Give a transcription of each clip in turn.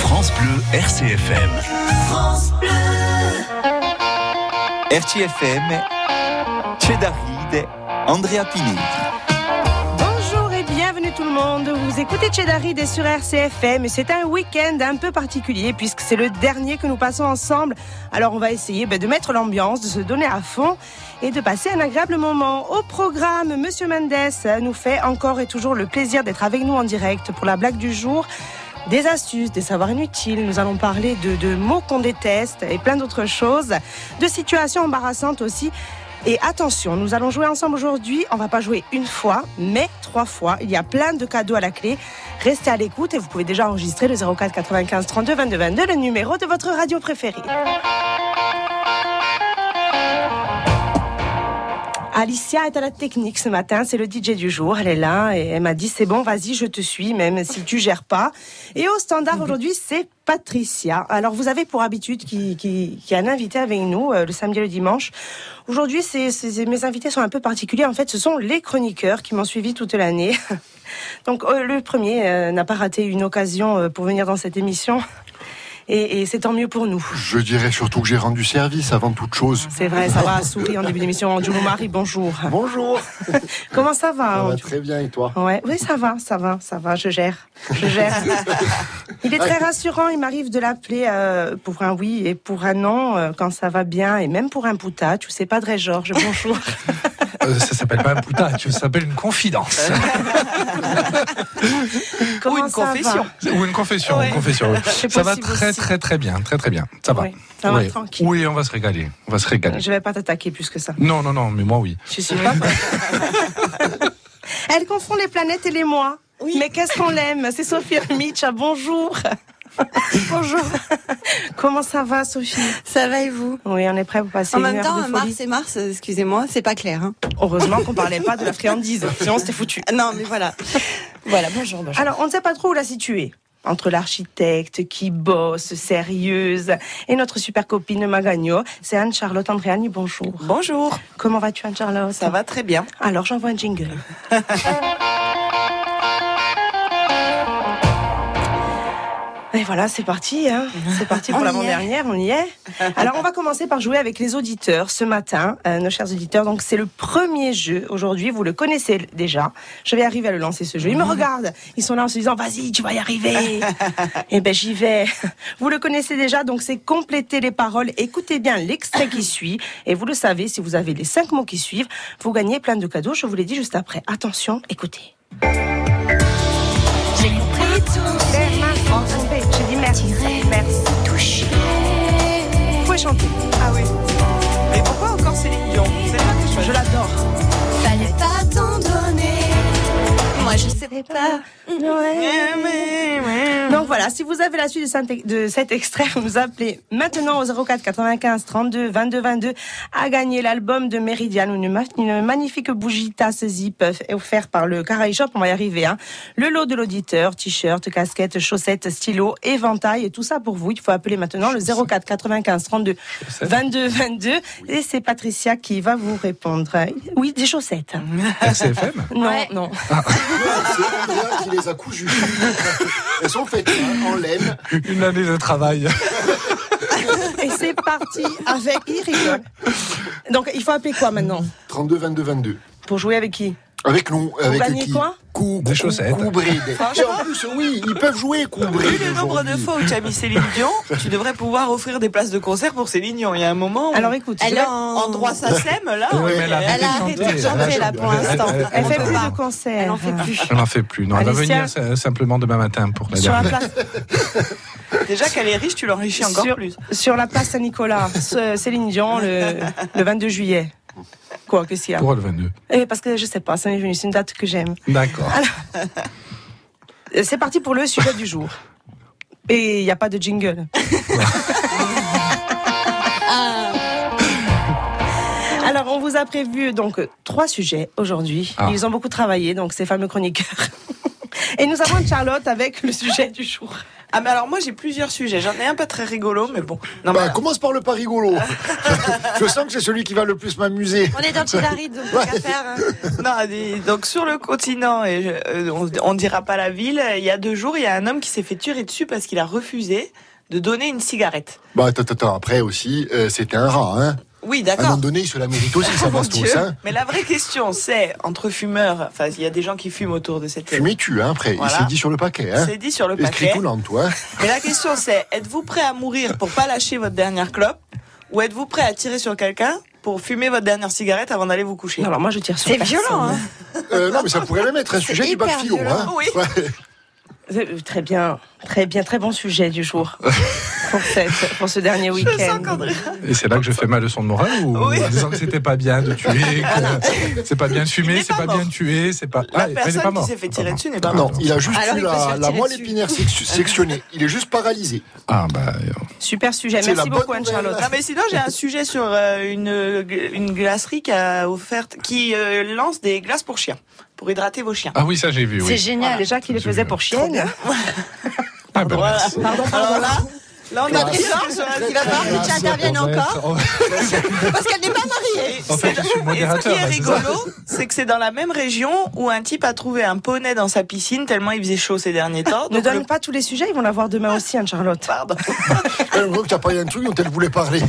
France Bleu RCFM. France Bleu. RCFM, Chedaride, Andrea Pini. Bonjour et bienvenue tout le monde. Vous écoutez Chedaride sur RCFM. C'est un week-end un peu particulier puisque c'est le dernier que nous passons ensemble. Alors on va essayer ben, de mettre l'ambiance, de se donner à fond et de passer un agréable moment. Au programme, Monsieur Mendes nous fait encore et toujours le plaisir d'être avec nous en direct pour la blague du jour. Des astuces, des savoirs inutiles, nous allons parler de, de mots qu'on déteste et plein d'autres choses, de situations embarrassantes aussi. Et attention, nous allons jouer ensemble aujourd'hui. On va pas jouer une fois, mais trois fois. Il y a plein de cadeaux à la clé. Restez à l'écoute et vous pouvez déjà enregistrer le 04 95 32 22 22, le numéro de votre radio préférée. Alicia est à la technique ce matin, c'est le DJ du jour, elle est là et elle m'a dit c'est bon, vas-y, je te suis, même si tu gères pas. Et au standard aujourd'hui, c'est Patricia. Alors vous avez pour habitude qui, qui, qui a un invité avec nous euh, le samedi et le dimanche. Aujourd'hui, c'est- c'est- mes invités sont un peu particuliers. En fait, ce sont les chroniqueurs qui m'ont suivi toute l'année. Donc euh, le premier euh, n'a pas raté une occasion euh, pour venir dans cette émission. Et, et c'est tant mieux pour nous. Je dirais surtout que j'ai rendu service avant toute chose. C'est vrai, ça va, sourire en début d'émission. Andrew Marie, bonjour. Bonjour. Comment ça va Ça va Andrew très bien et toi Ouais, oui, ça va, ça va, ça va, je gère. Je gère. Il est très rassurant, il m'arrive de l'appeler euh, pour un oui et pour un non euh, quand ça va bien, et même pour un pouta, tu sais pas, Drey Georges, bonjour. Euh, ça s'appelle pas un poutage, ça s'appelle une confidence. Ah, Comment une ça va confession. Ou une confession, Ouais. une confession. oui. C'est Ça va possible très aussi. très très bien, très très bien. Ça va. Ouais, ça va Oui. tranquille. Oui, on va se régaler. On va se régaler. Je vais pas t'attaquer plus que ça. Non, non, non, mais moi oui. Je suis pas. Elle confond les planètes et les mois. Mais qu'est-ce qu'on l'aime C'est Sophie Mitcha, bonjour. bonjour. Comment ça va, Sophie Ça va et vous Oui, on est prêt pour passer En une même heure temps, de folie. Mars et Mars, euh, excusez-moi, c'est pas clair. hein. Heureusement qu'on parlait pas de la friandise, sinon c'était foutu. Ah Non, mais voilà. voilà, bonjour. bonjour. Alors, on ne sait pas trop où la situer. Entre l'architecte qui bosse, sérieuse, et notre super copine Magagno, c'est Anne-Charlotte Andréani. Bonjour. Bonjour, Comment vas-tu, Anne-Charlotte ça va très bien. Alors, j'envoie un jingle. Et voilà, c'est parti. hein. C'est parti On pour y est. l'avant-dernière, on y est. Alors, on va commencer par jouer avec les auditeurs ce matin, euh, nos chers auditeurs. Donc, c'est le premier jeu aujourd'hui. Vous le connaissez déjà. Je vais arriver à le lancer ce jeu. Ils me regardent. Ils sont là en se disant Vas-y, tu vas y arriver. Eh ben, j'y vais. Vous le connaissez déjà. Donc, c'est compléter les paroles. Écoutez bien l'extrait qui suit. Et vous le savez, si vous avez les cinq mots qui suivent, vous gagnez plein de cadeaux. Je vous l'ai dit juste après. Attention, écoutez. J'ai compris tout, J'ai dit merci. Merci. touché. Vous pouvez chanter. Ah oui. Mais pourquoi encore Céline Dion C'est pas que je Je l'adore. Fallait pas t'en donner. Moi je sais pas. Donc voilà, si vous avez la suite de cet- de cet extrait, vous nous appelez maintenant au 04 95 32 22 22 à gagner l'album de Meridian, une, ma- une magnifique bougie tasse zip euh, offerte par le Caraï Shop. On va y arriver. Hein. Le lot de l'auditeur, t-shirt, casquette, chaussettes, stylo, éventail et tout ça pour vous. Il faut appeler maintenant le 04 95 32 22 22 et c'est Patricia qui va vous répondre. Oui, des chaussettes. RCFM Non, Ouais. non. Ah. C'est Andrea qui les a cousus. Elles sont faites hein, en laine. Une année de travail. Et c'est parti avec. Il rigole. Donc il faut appeler quoi maintenant 32, 22, 22. Pour jouer avec qui Avec nous, avec gagnez qui quoi Cou- Des cou- chaussettes. Coubridés. Et en plus, oui, ils peuvent jouer Vu coubridés. Ah, le nombre de aujourd'hui. fois où tu as mis Céline Dion, tu devrais pouvoir offrir des places de concert pour Céline Dion. Il y a un moment où Alors écoute, Elle je- a en droit ça sème là. Ouais, mais on- Elle a arrêté de arrêté chanter. de chanter là pour l'instant. Elle- elle fait on plus va. de concerts. Elle en fait plus. Elle n'en fait plus. Non, elle va Alicia. venir euh, simplement demain matin pour la Sur la, dernière. place, Déjà qu'elle est riche, tu l'enrichis encore sur, plus. sur la place Saint-Nicolas, ce- Céline Dion, le, le 22 juillet. Quoi, qu'est-ce qu'il y a Pour le 22. Eh, Parce que je sais pas, ça m'est venu, c'est une date que j'aime. D'accord. Euh, C'est parti pour le sujet du jour. Et il n'y a pas de jingle. Alors, on vous a prévu donc trois sujets aujourd'hui. Ah. Ils ont beaucoup travaillé, donc ces fameux chroniqueurs. Et nous avons Charlotte avec le sujet du jour. Ah, mais alors moi j'ai plusieurs sujets. J'en ai un pas très rigolo, mais bon. Non, Bah, mais- commence par le pas rigolo. je sens que c'est celui qui va le plus m'amuser. On est dans Cheddarid, donc tant qu'à faire. hein. Non, des- donc sur le continent, et je- euh, on, on dira pas la ville, il y a deux jours, il y a un homme qui s'est fait tuer dessus parce qu'il a refusé de donner une cigarette. Bah, attends, attends, attends, après aussi, euh, c'était un rat, hein. Oui, À un moment d'accord. Oh donné, il se la mérite aussi, ça Mon Dieu. bastos, hein. Mais la vraie question, c'est entre fumeurs, enfin, il y a des gens qui fument autour de cette table. Fumé tu, hein, après. Voilà. Il s'est dit sur le paquet, hein. C'est dit sur le Escrit paquet. tout lent, toi. hein. Mais la question, c'est êtes-vous prêt à mourir pour pas lâcher votre dernière clope ou êtes-vous prêt à tirer sur quelqu'un pour fumer votre dernière cigarette avant d'aller vous coucher Non, alors moi je tire sur C'est personne. violent, hein. Euh, non, mais ça pourrait même être un sujet du bac hyper philo, hein. violent. Oui. Ouais. Euh, Très bien, très bien, très bon sujet du jour pour, cette- pour ce dernier Je sens week-end. qu'André- Et c'est là que je fais ma leçon de morale ou Oui. en disant que c'était pas bien de tuer, que c'est pas bien de Il fumer, est c'est pas, pas bien mort. de tuer, c'est pas. La Ah, il est pas personne qui mort. s'est fait tirer dessus n'est pas Non, morte. il a juste Alors, eu il peut se faire la, la tirer moelle dessus. épinière sec- sectionnée. Il est juste paralysé. Ah bah. euh, Super sujet, C'est merci la beaucoup bonne Anne-Charlotte. Non mais sinon j'ai un sujet sur euh, une euh, gl- une glacerie qui a offerte qui euh, lance des glaces pour chiens pour hydrater vos chiens. Ah oui, ça j'ai vu. C'est Oui. génial. Déjà qu'il les J'ai faisait vu. pour chienne. Ah bah, Voilà. merci. Alors là, là on a des gens euh, Il va falloir que tu interviennes Pour encore. être- oh, Parce qu'elle n'est pas mariée. En fait, je suis Et ce qui modérateur. est là, c'est ça rigolo, c'est que c'est dans la même région où un type a trouvé un poney dans sa piscine tellement il faisait chaud ces derniers temps. Ne Donc le donne pas tous les sujets, ils vont l'avoir demain aussi Anne-Charlotte. pardon. Elle me que Euh, t'as parlé d'un truc dont elle voulait parler.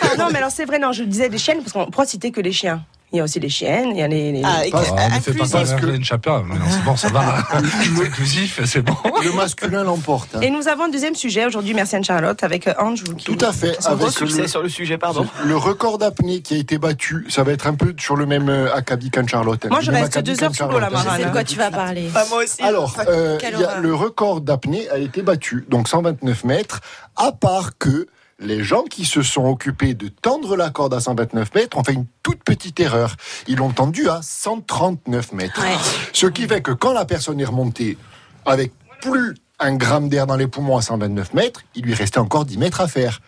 Ah, non mais alors c'est vrai, non, je disais des chiennes parce qu'on pourra citer que les chiens. Il y a aussi les chiennes, il y a les... les- Ah, et- Ah, on ne fait pas inclusif. ça avec Marlène Chapa. Mais non, c'est bon, ça va. C'est inclusif, c'est bon. Le masculin l'emporte. hein. Et nous avons un deuxième sujet aujourd'hui, merci Anne-Charlotte, avec euh, Ange. vous qui- Tout à fait. Son gros Avec succès le, sur le sujet, pardon. le record d'apnée qui a été battu, ça va être un peu sur le même euh, acabit qu'Anne Charlotte. hein. Moi, je Le même reste acabit deux heures qu'Anne sous l'eau, Bah, Charlotte, là, hein. Mara, C'est de là. quoi tu vas parler Pas Ah, moi aussi. Alors, euh, quelle il y a- horreur. le record d'apnée a été battu, donc 129 mètres, à part que les gens qui se sont occupés de tendre la corde à 129 mètres ont fait une toute petite erreur. Ils l'ont tendue à 139 mètres. Ouais. Ce qui fait que quand la personne est remontée avec plus un gramme d'air dans les poumons à 129 mètres, il lui restait encore 10 mètres à faire.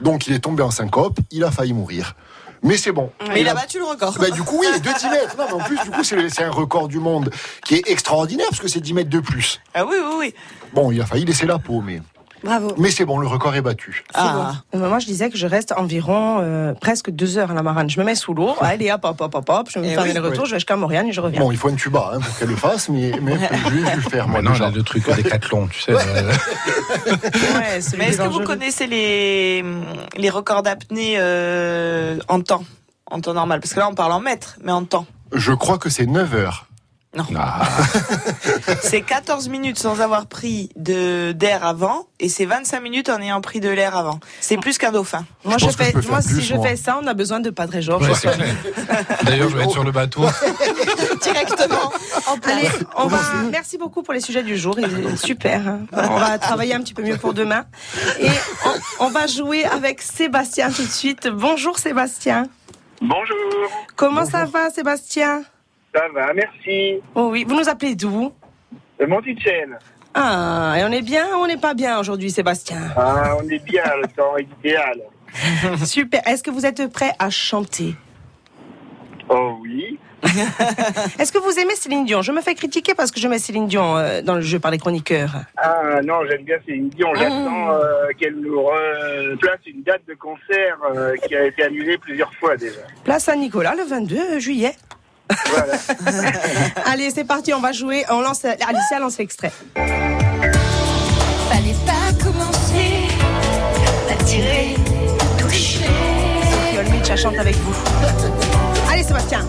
Donc il est tombé en syncope, il a failli mourir. Mais c'est bon. Mais il a battu le record. Bah, du coup, oui, les deux 10 mètres. Non, mais en plus, du coup, c'est c'est un record du monde qui est extraordinaire parce que c'est 10 mètres de plus. Ah oui, oui, oui. Bon, il a failli laisser la peau, mais, Bravo. mais c'est bon, le record est battu. Ah. Euh, Moi, je disais que je reste environ euh, presque deux heures à la marane. Je me mets sous l'eau, allez, hop, hop, hop, hop, hop, je vais me Eh faire oui. les retours, je vais jusqu'à Montréal et je reviens. Bon, il faut un tuba hein, pour qu'elle le fasse, mais, mais je vais le faire, moi, Ah, Moi, non, déjà. j'ai le truc au décathlon, tu sais. euh, Ouais, celui Mais est-ce des que vous dangereux. connaissez les, les records d'apnée euh, en temps En temps normal Parce que là, on parle en mètres, mais en temps. Je crois que c'est 9 heures. Non. ah, C'est 14 minutes sans avoir pris de d'air avant et c'est 25 minutes en ayant pris de l'air avant. C'est plus qu'un dauphin. Moi, Je je pense que fais, je peux faire moi si plus, je moi. fais ça, on a besoin de Padre Georges. ouais, c'est clair. D'ailleurs, je vais être sur le bateau. Directement. En plein. Allez, on va. Merci beaucoup pour les sujets du jour. Il est super. hein. On va travailler un petit peu mieux pour demain. Et on, on va jouer avec Sébastien tout de suite. Bonjour Sébastien. Bonjour, Comment ça va Sébastien ça va, merci. Oh oui, vous nous appelez d'où Euh, Mon petit Chen. Ah, et on est bien, on n'est pas bien aujourd'hui Sébastien. Ah, on est bien, le temps est idéal. Super. Est-ce que vous êtes prêt à chanter Oh oui. Est-ce que vous aimez Céline Dion Je me fais critiquer parce que je mets Céline Dion euh, dans le jeu par les chroniqueurs. Ah non, j'aime bien Céline Ah. Dion. J'attends euh, qu'elle nous replace une date de concert euh, qui a été annulée plusieurs fois déjà. Place à Nicolas le 22 juillet. Voilà. Allez, c'est parti, on va jouer. On lance. Alicia lance l'extrait. Fallait pas commencer Attirer, toucher Yol Mitch, elle chante avec vous. Allez Sébastien.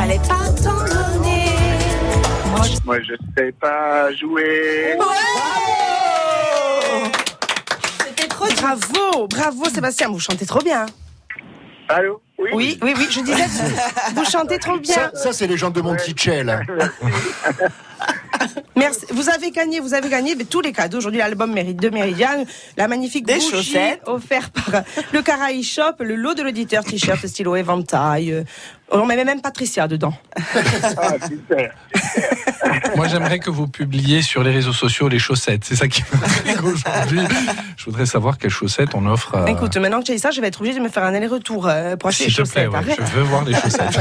Fallait pas t'en donner Moi, je sais pas jouer. C'était trop dur. Bravo, bravo Sébastien, vous chantez trop bien. Allô Oui. Oui, oui, oui, je disais, vous- vous chantez trop bien. Ça, ça, c'est les gens de mon petit Tchel, hein. Merci. Vous avez gagné, vous avez gagné mais tous les cadeaux. Aujourd'hui, l'album Mérite de Méridiane, la magnifique Des bougie chaussettes. offerte par le Caraï Shop, le lot de l'auditeur, t-shirt, stylo, éventail. euh, On met même Patricia dedans. Euh. Ah, super. Moi, j'aimerais que vous publiez sur les réseaux sociaux les chaussettes. C'est ça qui m'intrigue aujourd'hui. Je voudrais savoir quelles chaussettes on offre à. Écoute, maintenant que j'ai dit ça, je vais être obligée de me faire un aller-retour euh, pour acheter s'il les te plaît, chaussettes. ouais, Arrête. je veux voir les chaussettes.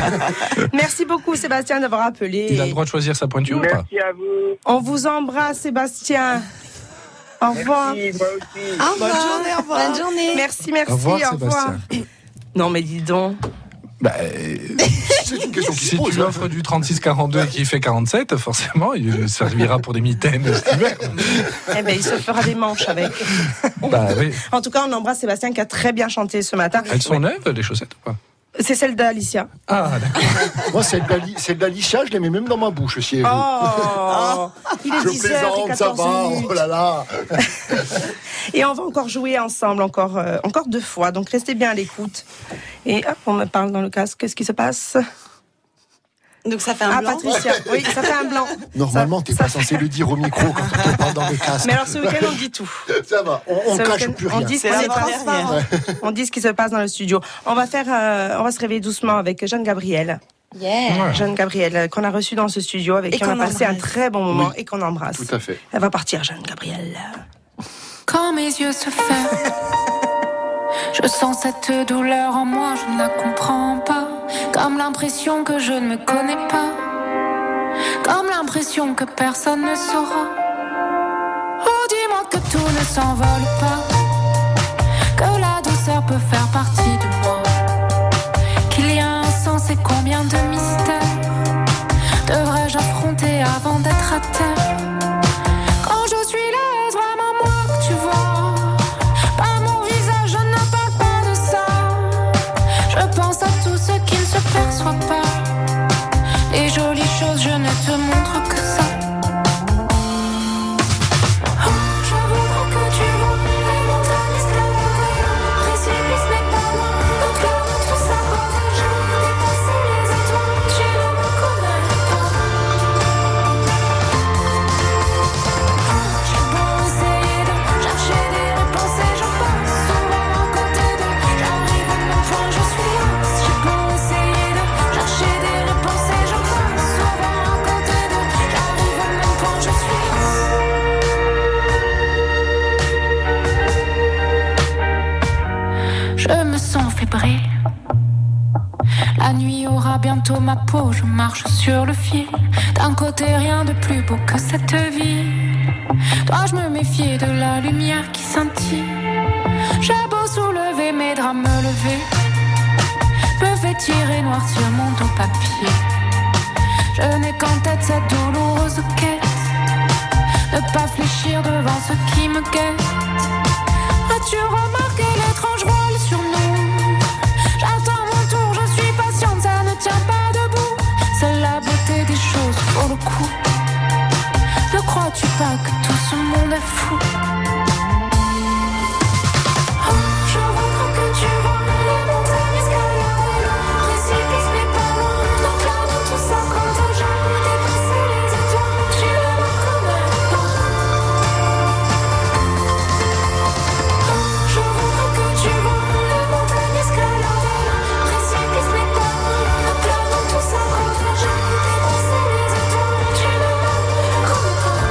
Merci beaucoup, Sébastien, d'avoir appelé. Il a le droit de choisir sa pointure ou pas Merci à vous. On vous embrasse, Sébastien. Au revoir. Merci, moi aussi. Au revoir. Bonne journée, au revoir. Bonne journée. Merci, merci. Au revoir, Sébastien. Non, mais dis donc. Bah, euh, C'est une question qui se si pose. tu hein. offres du 36-42 et qu'il fait 47, forcément, il servira pour des mitaines cet hiver. Eh ben, il se fera des manches avec. Bah oui. En tout cas, on embrasse Sébastien qui a très bien chanté ce matin. Elles sont neuves, les chaussettes ou pas C'est celle d'Alicia. Ah, d'accord. Moi, c'est de, la li- c'est de la lichage, je les mets même dans ma bouche, si elle Oh, veut. Oh. Il est Je 10 h plaisante, ça 14 va, minutes. oh là là. Et on va encore jouer ensemble, encore, euh, encore deux fois. Donc restez bien à l'écoute. Et hop, on me parle dans le casque. Qu'est-ce qui se passe Donc ça fait un Ah, blanc. Patricia. Oui, ça fait un blanc. Normalement, Ça- t'es ça pas censé le dire au micro quand on te parle dans le casque. Mais alors ce week-end, on dit tout. Ça va, on, on Ce cache week-end, plus on rien. dit ce C'est qu'on est l'avant-dernière. transparent. On dit ce qui se passe dans le studio. On va faire, euh, on va se réveiller doucement avec Jeanne Gabriel. Yeah. Ouais. Jeanne Gabriel, euh, qu'on a reçue dans ce studio, avec Et qui on a qu'on passé un embrasse. très bon moment et qu'on embrasse. Tout à fait. Elle va partir, Jeanne Gabriel. Quand mes yeux se ferment, je sens cette douleur en moi, je ne la comprends pas. Comme l'impression que je ne me connais pas. Comme l'impression que personne ne saura. Oh, dis-moi que tout ne s'envole pas. Que la douceur peut faire partie de moi. Qu'il y a un sens et combien de mystères devrais-je affronter avant d'être à terre? Quand je suis là, est-ce vraiment moi que tu vois Pas mon visage, je ne parle pas de ça. Je pense à tout ce qui ne se perçoit pas. Les jolies choses, je ne te montre que ça. Oh, je voudrais que tu vois les montagnes esclavées. Le précipice n'est pas loin. Notre cœur tout ça protège. Dépasser les étoiles, tu ne me connais pas. J'ai beau essayer de chercher des réponses et j'en passe souvent à côté d'eux. J'arrive à mon point, je suis hausse. J'ai beau essayer de chercher des réponses et j'en passe souvent à côté d'eux. J'arrive à mon point, je suis hausse. Je me sens fébrile. La nuit aura bientôt ma peau, je marche sur le fil. D'un côté, rien de plus beau que cette vie. Dois-je me méfier de la lumière qui scintille J'ai beau soulever mes draps, me lever. Me fait tirer noir sur mon dos papier. Je n'ai qu'en tête cette douloureuse quête. Ne pas fléchir devant ce qui me guette. As-tu remarqué l'étrange voile sur nous J'attends mon tour, je suis patiente, ça ne tient pas debout. C'est la beauté des choses, pour le coup. Ne crois-tu pas que tout ce monde est fou Oh, je voudrais que tu vois les montagnes escaladées. Le précipice n'est pas loin. Nos cœurs, tout ça protège. Dépasser les étoiles, tu ne me connais pas. Je voudrais que tu vois les montagnes escaladées. Le précipice n'est pas loin. Nos cœurs, tout ça protège. Dépasser les étoiles, tu ne me connais pas.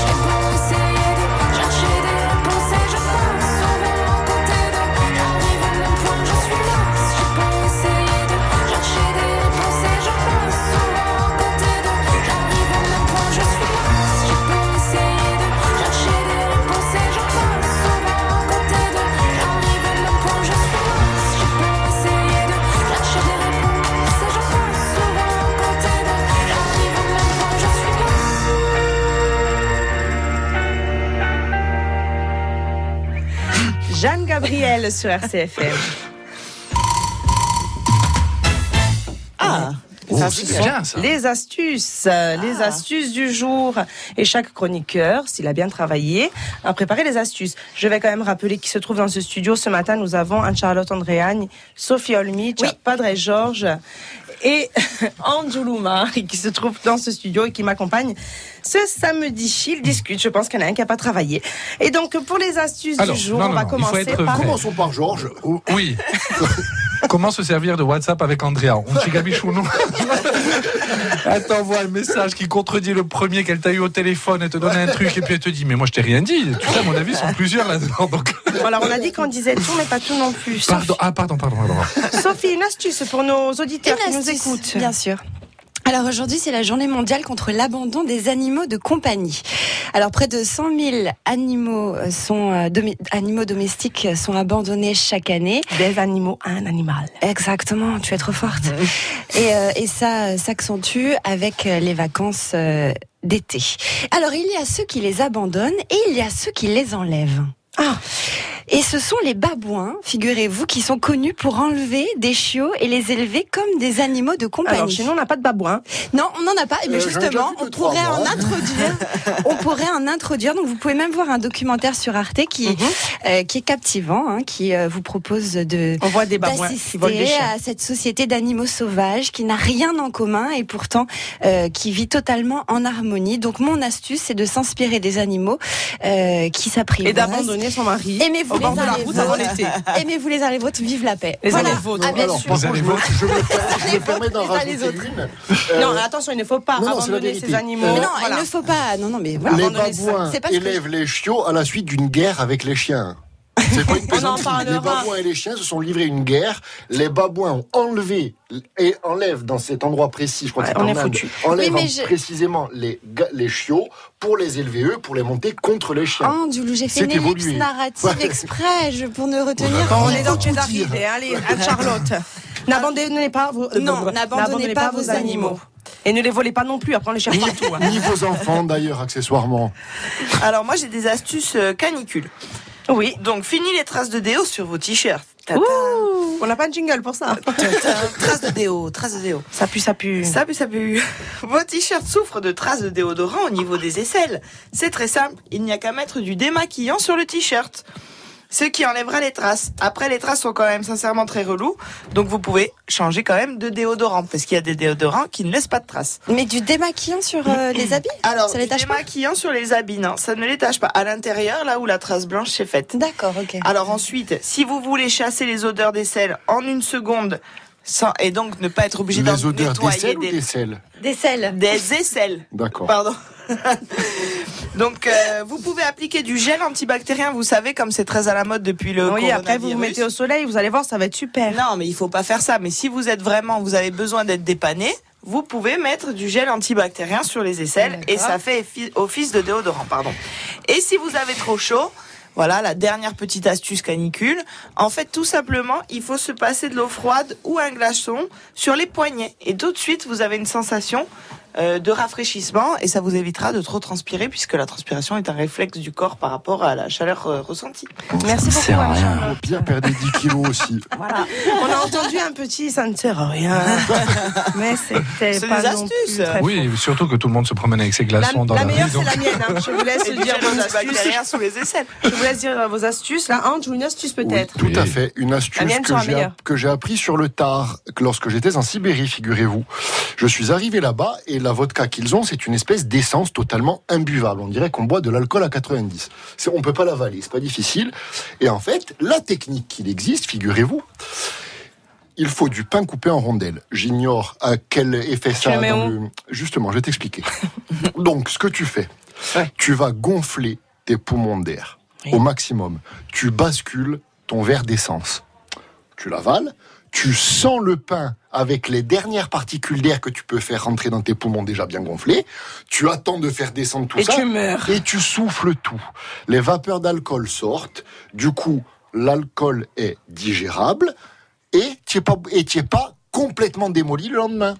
J'ai beau essayer de chercher des réponses et je passe souvent à côté d'eux. J'arrive à mon point, je suis lasse. J'ai beau essayer de chercher des réponses et je passe souvent à côté d'eux. J'arrive à mon point, je suis lasse. J'ai beau essayer de chercher des réponses et je passe souvent à côté d'eux. J'arrive à mon point, je suis lasse. J'ai beau essayer de chercher des réponses et je passe souvent à côté d'eux. J'arrive à mon point, je suis lasse. Jeanne Gabriel sur RCFM. Ah, Oh, ça, c'est bien ça. Ah. Les astuces, euh, les astuces du jour. Et chaque chroniqueur, s'il a bien travaillé, a préparé les astuces. Je vais quand même rappeler qui se trouve dans ce studio. Ce matin, nous avons Anne-Charlotte Andréagne, Sophie Olmich, Padre Georges et Anjoulouma qui se trouve dans ce studio et qui m'accompagne ce samedi. Ils discutent. Je pense qu'il y en a un qui n'a pas travaillé. Et donc, pour les astuces Alors, du jour, non, on non, va non, il faut commencer être par... vrai. Commençons par Georges. O- Oui. Comment se servir de WhatsApp avec Andrea On chigabiche ou non Elle t'envoie un message qui contredit le premier qu'elle t'a eu au téléphone. Elle te donne un truc et puis elle te dit Mais moi, je t'ai rien dit. Tu sais, à mon avis, sont plusieurs là-dedans. Donc... Voilà, on a dit qu'on disait tout, mais pas tout non plus. Sophie, Pardon. Ah, pardon, pardon, pardon. Sophie, une astuce pour nos auditeurs Une qui nous astuce, écoutent. Bien sûr. Alors aujourd'hui, c'est la journée mondiale contre l'abandon des animaux de compagnie. Alors près de 100 000 animaux, euh, sont, euh, domi- animaux domestiques euh, sont abandonnés chaque année. Des animaux à un animal. Exactement, tu es trop forte. Et, euh, et ça euh, s'accentue avec euh, les vacances euh, d'été. Alors il y a ceux qui les abandonnent et il y a ceux qui les enlèvent. Ah. Et ce sont les babouins, figurez-vous, qui sont connus pour enlever des chiots et les élever comme des animaux de compagnie. Alors, chez nous, on n'a pas de babouin. Non, on n'en a pas. Ah, Mais Euh, j'en ai déjà justement, vu deux, on pourrait trois, en moi. introduire. on pourrait en introduire. Donc, vous pouvez même voir un documentaire sur Arte qui, Mhm. euh, qui est captivant, hein, qui euh, vous propose de On voit des babouins qui volent des d'assister chiens. à cette société d'animaux sauvages qui n'a rien en commun et pourtant euh, qui vit totalement en harmonie. Donc, mon astuce, c'est de s'inspirer des animaux euh, qui s'apprivoisent. Et d'abandonner son mari Aimez-vous au bord les de la uns les route avant autres. l'été. Aimez-vous les uns les autres. Vive la paix. Les uns voilà. les autres. Ah, bien Alors, sûr. par Vous contre, allez je me, voir. je me per- je me permets d'en les uns les rajouter autres. une. Non, Euh, attention, il ne faut non, pas non, c'est la abandonner vérité. ces animaux. Mais non, Voilà. il ne faut pas. Non, non, mais voilà. les abandonner ça. babouins C'est pas ce que- élèvent les chiots à la suite d'une guerre avec les chiens. C'est pas une plaisanterie. Les parlera. babouins et les chiens se sont livrés une guerre. Les babouins ont enlevé et enlèvent dans cet endroit précis, je crois que Ouais, c'est on en est Inde, foutus. enlèvent Oui, mais je- précisément les, ga- les chiots pour les élever eux, pour les monter contre les chiens. Ah, du loup, j'ai fait C'est une ellipse évolué. narrative exprès je- pour ne Euh, retenir. On est dans Faut Chez tout David, dire. et allez, à Charlotte. N'abandonnez pas vos euh, Non, vos- n'abandonnez pas vos animaux. Et ne les volez pas non plus, après on les cherche partout. hein. Ni vos enfants d'ailleurs, accessoirement. Alors moi j'ai des astuces euh, canicule. Oui. Donc fini les traces de déo sur vos t-shirts. Ta- Ouh, on n'a pas de jingle pour ça. ta- ta- Traces de déo, traces de déo. Ça pue, ça pue. Ça pue, ça pue. Vos t-shirts souffrent de traces de déodorant au niveau des aisselles. C'est très simple, il n'y a qu'à mettre du démaquillant sur le t-shirt. Ce qui enlèvera les traces. Après, les traces sont quand même sincèrement très relous, donc vous pouvez changer quand même de déodorant, parce qu'il y a des déodorants qui ne laissent pas de traces. Mais du démaquillant sur euh, les habits Alors, Ça les du tache pas démaquillant sur les habits, non, ça ne les tâche pas. À l'intérieur, là où la trace blanche s'est faite. D'accord, ok. Alors ensuite, si vous voulez chasser les odeurs des selles en une seconde, sans, et donc ne pas être obligé d'en Les odeurs des nettoyer selles ou des, des selles Des selles. des aisselles. D'accord. Pardon. donc euh, vous pouvez appliquer du gel antibactérien, vous savez comme c'est très à la mode depuis le Oui, coronavirus. après vous vous mettez au soleil, vous allez voir, ça va être super. Non, mais il faut pas faire ça, mais si vous êtes vraiment vous avez besoin d'être dépanné, vous pouvez mettre du gel antibactérien sur les aisselles et ça fait effi- office de déodorant, pardon. Et si vous avez trop chaud, voilà la dernière petite astuce canicule. En fait, tout simplement, il faut se passer de l'eau froide ou un glaçon sur les poignets. Et tout de suite, vous avez une sensation euh, de rafraîchissement et ça vous évitera de trop transpirer puisque la transpiration est un réflexe du corps par rapport à la chaleur euh, ressentie. Merci beaucoup. sert à Anne rien. Charlotte. Faut bien perdre 10 kilos aussi. On a entendu un petit, ça ne sert à rien. Mais c'était C'est pas des non astuces. plus très Oui, surtout que tout le monde se promène avec ses La, glaçons dans la la, meilleure, rue. c'est donc- la mienne. hein. Je vous laisse Et du dire gel vos astuces. antibactérien sous les aisselles. Je vous laisse dire euh, vos astuces. Là, Ange, ou une astuce Oui, peut-être. tout à Oui. fait. Une La astuce mienne que sera j'ai, meilleure. que j'ai appris sur le tard que lorsque j'étais en Sibérie, figurez-vous. Je suis arrivé là-bas et la vodka qu'ils ont, c'est une espèce d'essence totalement imbuvable. On dirait qu'on boit de l'alcool à 90. C'est, on peut pas l'avaler, c'est pas difficile. Et en fait, la technique qu'il existe, figurez-vous, il faut du pain coupé en rondelles. J'ignore à quel effet ça le a. mets dans le- Justement, je vais t'expliquer. Donc, ce que tu fais, tu vas gonfler tes poumons d'air au maximum. Tu bascules ton verre d'essence. Tu l'avales, tu sens le pain avec les dernières particules d'air que tu peux faire rentrer dans tes poumons déjà bien gonflés. Tu attends de faire descendre tout Et ça tu meurs. et tu souffles tout. Les vapeurs d'alcool sortent. Du coup, l'alcool est digérable et tu n'es pas, et tu es pas complètement démoli le lendemain.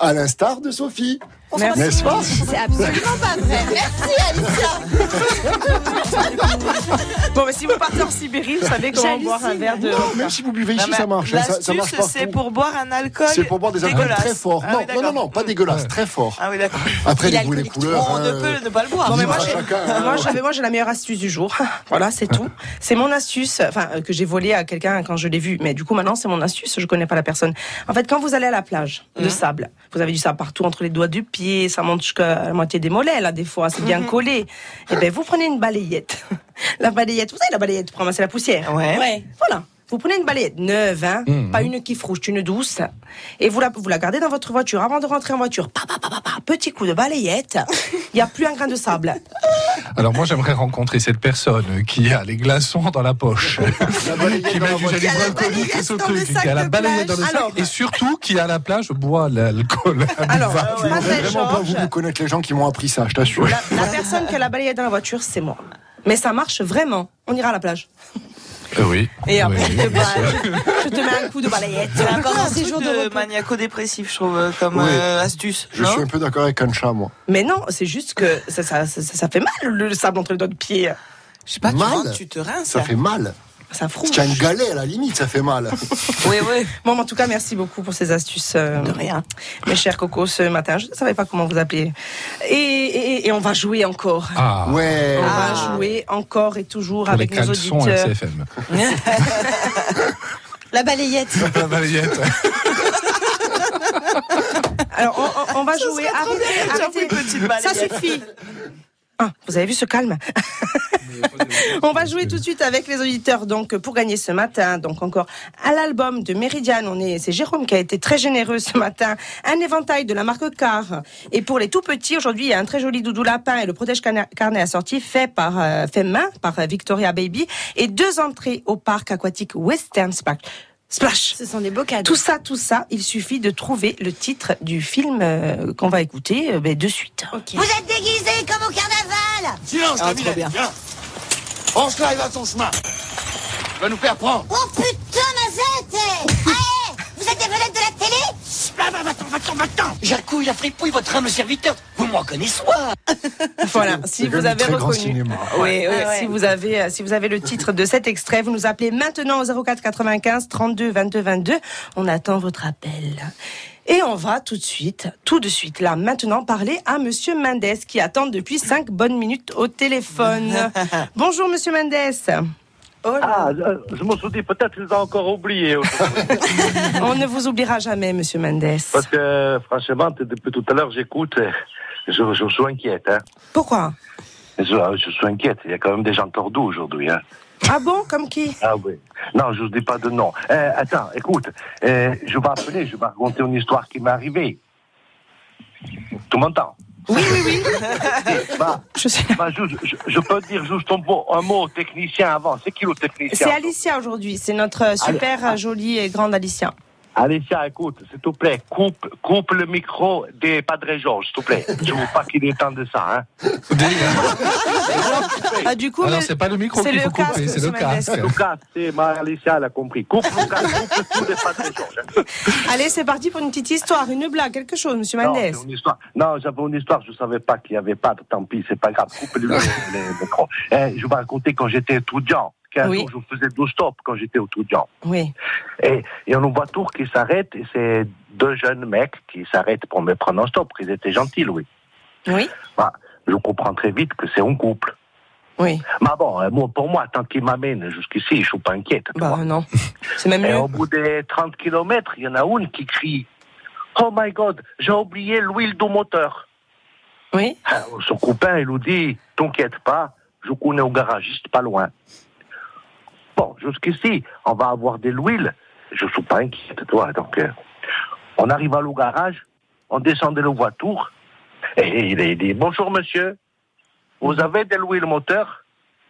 À l'instar de Sophie. Merci. N'est-ce pas C'est absolument pas vrai. Bon, mais si vous partez en Sibérie, vous savez comment boire un verre de. Même si vous buvez ici, Non, mais ça marche. hein, Ça, ça marche L'astuce, partout. c'est pour boire un alcool. C'est pour boire des alcools dégueulasses. très forts. Ah non, oui, non, d'accord. non, non, pas dégueulasse, très fort. Ah oui, d'accord. Après, Il est les goûts et les alcoolique. couleurs. on ne hein, peut ne pas le boire. libre moi, à j'ai- chacun, hein. Moi, j'avais, moi, j'ai la meilleure astuce du jour. voilà, c'est tout. C'est mon astuce, enfin, euh, que j'ai volé à quelqu'un quand je l'ai vu. Mais du coup, maintenant, c'est mon astuce. Je connais pas la personne. En fait, quand vous allez à la plage Mhm. de sable, vous avez du sable partout entre les doigts du pied, ça monte jusqu'à la moitié des mollets, là, des fois, c'est Mhm. bien collé. Eh Et ben, vous prenez une balayette. la balayette, vous savez, la balayette pour ramasser la poussière. Ouais. Voilà. Vous prenez une balayette neuve, hein, Mm-hmm. pas une qui frouche, une douce, et vous la, vous la gardez dans votre voiture. Avant de rentrer en voiture, pa, pa, pa, pa, pa, petit coup de balayette, il n'y a plus un grain de sable. Alors moi j'aimerais rencontrer cette personne qui a les glaçons dans la poche, qui met du gel hydroalcoolique et ce truc, qui a la balayette dans le sac Alors, et surtout qui à la plage boit l'alcool. Alors, imbuvable. Je Mademoiselle voudrais vraiment pas Georges. voulu connaître les gens qui m'ont appris ça, je t'assure. La, la personne qui a la balayette dans la voiture, c'est moi. Mais ça marche vraiment. On ira à la plage. Euh, oui. Et après, Oui, je, te, je te mets un coup de balayette. C'est encore un Ces jours séjour de de repos. maniaco-dépressif, je trouve, euh, comme Oui. euh, astuce. Je non suis un peu d'accord avec Ancha, moi. Mais non, c'est juste que ça, ça, ça, ça fait mal le sable entre les doigts de pied. Je Bah, sais pas, tu, Mal. rentres, tu te rinces. Ça là. fait mal. hein. Ça frouche. Tu as une galette à la limite, ça fait mal. Oui, oui. Bon, en tout cas, merci beaucoup pour ces astuces. euh, De rien. Mes chers cocos, ce matin, je ne savais pas comment vous appeler. Et, et- et on va jouer encore. Ah, Ouais. On va jouer encore et toujours pour les avec nos caleçons auditeurs. FCFM. La balayette. La balayette. Alors, on, on- on va jouer. Arrêtez, Une arrêtez. petite balayette. Ça suffit. Ah, vous avez vu ce calme On va jouer tout de suite avec les auditeurs donc pour gagner ce matin. Donc encore à l'album de Méridiane, on est c'est Jérôme qui a été très généreux ce matin. Un éventail de la marque Car et pour les tout petits aujourd'hui il y a un très joli doudou lapin et le protège cana- carnet assorti fait par euh, fait main par euh, Victoria Baby et deux entrées au parc aquatique Western Splash. Splash. Ce sont des beaux cadeaux. Tout ça, tout ça, il suffit de trouver le titre du film euh, qu'on va écouter euh, ben, de suite. Vous êtes déguisés comme au carnaval Silence, Ah, la trop Mylène, bien. viens. Franche-la et va son chemin. Tu vas nous faire prendre. Oh putain, Mazette Ah, Allez eh, Vous êtes des vedettes de la télé Là, va, va-t'en, va-t'en, va-t'en. Jacouille, la fripouille, votre âme serviteur. Vous m'en connaissez pas. Voilà, C'est si quand vous même avez très grand reconnu. cinéma. Oui, oui, Ah ouais. Si vous avez, euh, si vous avez le titre de cet extrait, vous nous appelez maintenant au 04 95 32 22 22. On attend votre appel. Et on va tout de suite, tout de suite là, maintenant parler à Monsieur Mendes qui attend depuis cinq bonnes minutes au téléphone. Bonjour Monsieur Mendes. Ah, je, me suis dit, peut-être qu'ils ont encore oublié. On ne vous oubliera jamais Monsieur Mendes. Parce que, franchement, depuis tout à l'heure, j'écoute. euh, Je, je suis inquiète. Hein. Pourquoi Je, je suis inquiète. Il y a quand même des gens tordus aujourd'hui. Hein. Ah bon, comme qui Ah oui. Non, je ne dis pas de nom. Euh, attends, écoute. Euh, je vais appeler, je vais raconter une histoire qui m'est arrivée. Tu m'entends Oui, oui, oui. Bah, Je suis bah, juste- je, je peux dire juste un mot, un mot au technicien avant. C'est qui le technicien C'est Alicia aujourd'hui, c'est notre euh, super euh, jolie et grande Alicia. Alicia, écoute, s'il te plaît, coupe, coupe le micro des Padre Georges, s'il te plaît. Je veux pas qu'il étende ça, hein. Ah, du coup, Alors le- c'est pas le micro c'est qu'il le faut couper, casque, c'est le Monsieur casque. Mendes. Lucas, c'est ma Alicia, elle a compris. Coupe le casque, coupe tout des Padre Georges. hein. allez, c'est parti pour une petite histoire, une blague, quelque chose, monsieur Non, Mendes. c'est une histoire. Non, j'avais une histoire, je savais pas qu'il y avait pas, tant pis, c'est pas grave. Coupe le, le- le micro. Eh, je vais raconter quand j'étais étudiant. Qu'un Oui. jour, je faisais 12 stops quand j'étais étudiant. Oui. Et il y a une voiture qui s'arrête, et c'est deux jeunes mecs qui s'arrêtent pour me prendre un stop, ils étaient gentils, oui. Oui. Bah, je comprends très vite que c'est un couple. Oui. Mais bon, euh, moi, pour moi, tant qu'il m'amène jusqu'ici, je suis pas inquiète. tu Bah vois. non. C'est même Et mieux. au bout des 30 kilomètres, il y en a une qui crie Oh my God, j'ai oublié l'huile du moteur. Oui. Alors, son copain, il nous dit T'inquiète pas, je connais au garagiste pas loin. Bon, jusqu'ici, on va avoir de l'huile. Je suis pas inquiète, toi. Donc, euh, on arrive à l'au garage, on descend de la voiture, et il il dit Bonjour monsieur, vous avez de l'huile moteur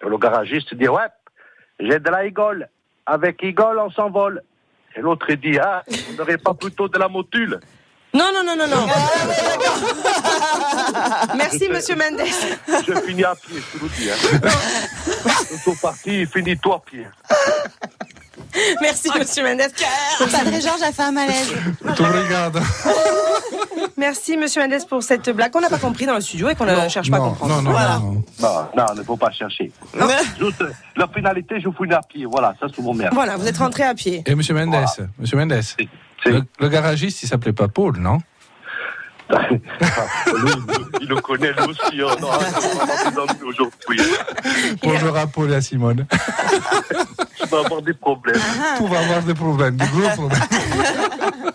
Et Le garagiste dit Ouais, j'ai de la igole. Avec igole, on s'envole. Et l'autre il dit Ah, on n'aurait pas plutôt de la motule Non, non, non, non, non. Merci, monsieur Mendes. Je finis à pied, je vous dis. Hein. Nous sommes partis, finis-toi à pied. Merci, monsieur Mendes. Padre Georges a fait un malaise. Tout regarde. Merci, monsieur Mendes, pour cette blague qu'on n'a pas compris dans le studio et qu'on ne cherche pas à comprendre. non, non, Voilà. non. Non, non, il ne faut pas chercher. Juste, euh, la finalité, je finis à pied. Voilà, ça c'est mon merde. Voilà, vous êtes rentré à pied. Et Monsieur Mendes, Monsieur Mendes, C'est- le, le garagiste, il s'appelait pas Paul, non Ah, lui, il- il le connaît lui aussi. hein. Non, on va plus aujourd'hui. Bonjour à Paul et à Simone. On va avoir des problèmes. Tout va avoir des problèmes, des gros problèmes.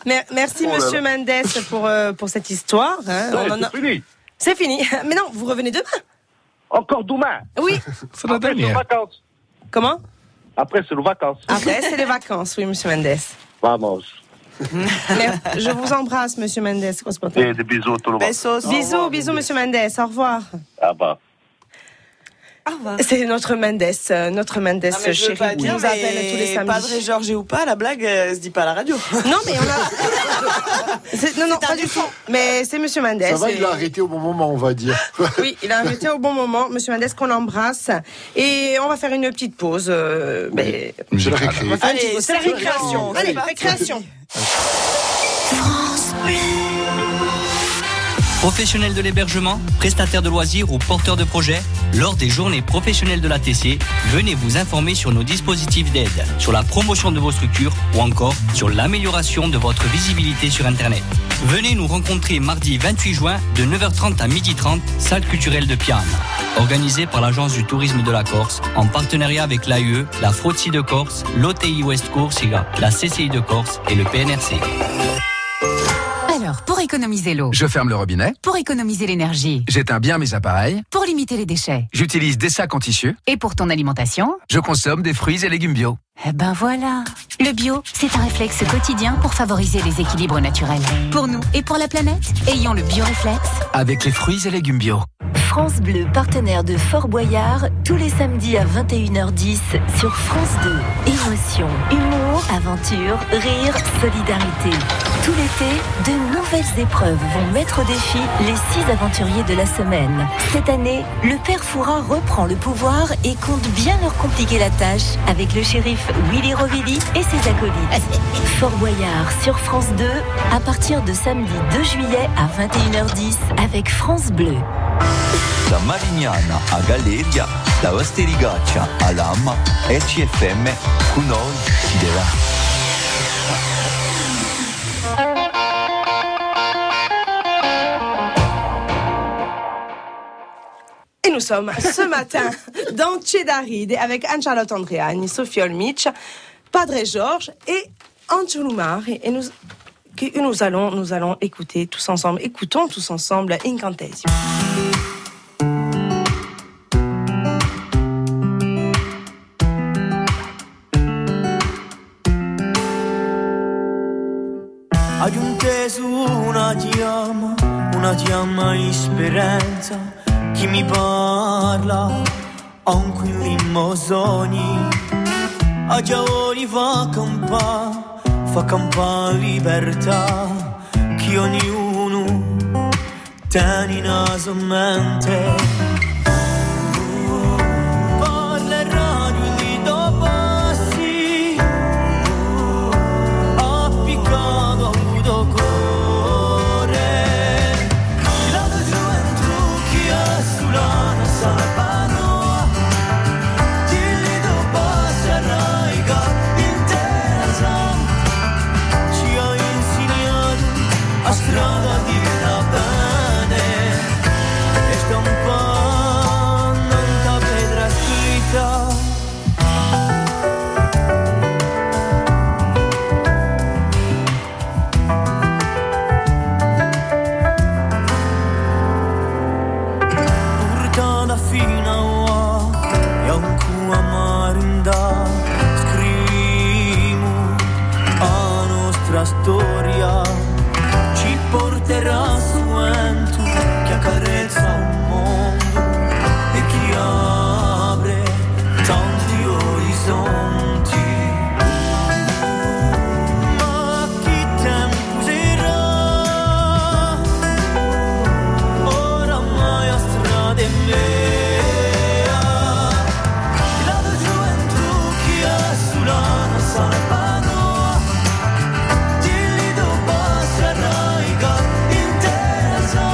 Mer- Merci, Oh là monsieur Mendes, pour, euh, pour cette histoire. hein. Ouais, On en a- c'est fini. C'est fini. Mais non, vous revenez demain. Encore demain. Oui. C'est la Après, c'est dernière. vacances. Comment Après, c'est les vacances. Après, c'est les vacances, oui, monsieur Mendes. Vamos. Mais je vous embrasse, monsieur Mendes. correspondant. Et des bisous, tout le monde. Besos. Bisous, bisous, monsieur Mendes. Au revoir. Ah bah. C'est notre Mendes, euh, notre Mendes Non, Ah, mais je veux chéri pas qui dire, nous appelle mais tous les samedis. Padre Georges et ou pas, la blague, euh, se dit pas à la radio. Non, mais on a. C'est- non, non, pas du tout. Mais c'est monsieur Mendes. Ça va, Et- il l'a arrêté au bon moment, on va dire. Oui, il a arrêté au bon moment, monsieur Mendes, qu'on embrasse. Et on va faire une petite pause. euh, ben, Je l'ai récréé. on va faire une petite Allez, pause. c'est la récréation. Allez, C'est parti. récréation. Professionnels de l'hébergement, prestataires de loisirs ou porteurs de projets, lors des journées professionnelles de l'ATC, venez vous informer sur nos dispositifs d'aide, sur la promotion de vos structures ou encore sur l'amélioration de votre visibilité sur Internet. Venez nous rencontrer mardi 28 juin de 9h30 à 12h30, salle culturelle de Piane, organisée par l'Agence du tourisme de la Corse en partenariat avec l'AUE, la FROTSI de Corse, l'OTI West Corsica, la CCI de Corse et le PNRC. Alors, pour économiser l'eau, Je ferme le robinet, pour économiser l'énergie, j'éteins bien mes appareils, pour limiter les déchets j'utilise des sacs en tissu, et pour ton alimentation, je consomme des fruits et légumes bio. eh ben voilà. Le bio, c'est un réflexe quotidien pour favoriser les équilibres naturels. Pour nous et pour la planète, ayons le bioréflexe. Avec les fruits et légumes bio. France Bleu, partenaire de Fort Boyard, tous les samedis à 21h10 sur France 2. Émotion, humour, aventure, rire, solidarité. Tout l'été, de nouvelles épreuves vont mettre au défi les six aventuriers de la semaine. Cette année, le père Fourat reprend le pouvoir et compte bien leur compliquer la tâche avec le shérif Willy Rovilli et ses acolytes. Fort Boyard sur France 2 à partir de samedi 2 juillet à 21h10 avec France Bleu. Da Marignana a Galeria, da Osterigaccia a Lama, SFM, cu noi ci della. Et nous sommes ce matin dans Cedaride avec Anne-Charlotte Andréagne, Sophie Olmic, Padre Georges et Angelo Mar. Et nous, que nous, allons, nous allons écouter tous ensemble, écoutons tous ensemble Incantesio. Hai un teso, una chiama, una chiama di speranza. Chi mi parla, ho un quillimmo sogni. A già ora fa campa, fa campa libertà. Chi ognuno tiene in naso in mente. Parlerò di dopo sì. appiccato a un cuore. La tua gioventù chi è sulla nostra pano, dilli dopo sarai intesa. Ci hai insegnato a strada di la bene, e sta un po' non ti vedrà scritta. portata fino a e a un cua marinda scriviamo la nostra storia ci porterà su un tu che accarezza un mondo e chi apre tanti orizzonti ma chi tempo userà oramai a strade mea la tua gioventù chi è sulla nostra pano dilli dove sarai intera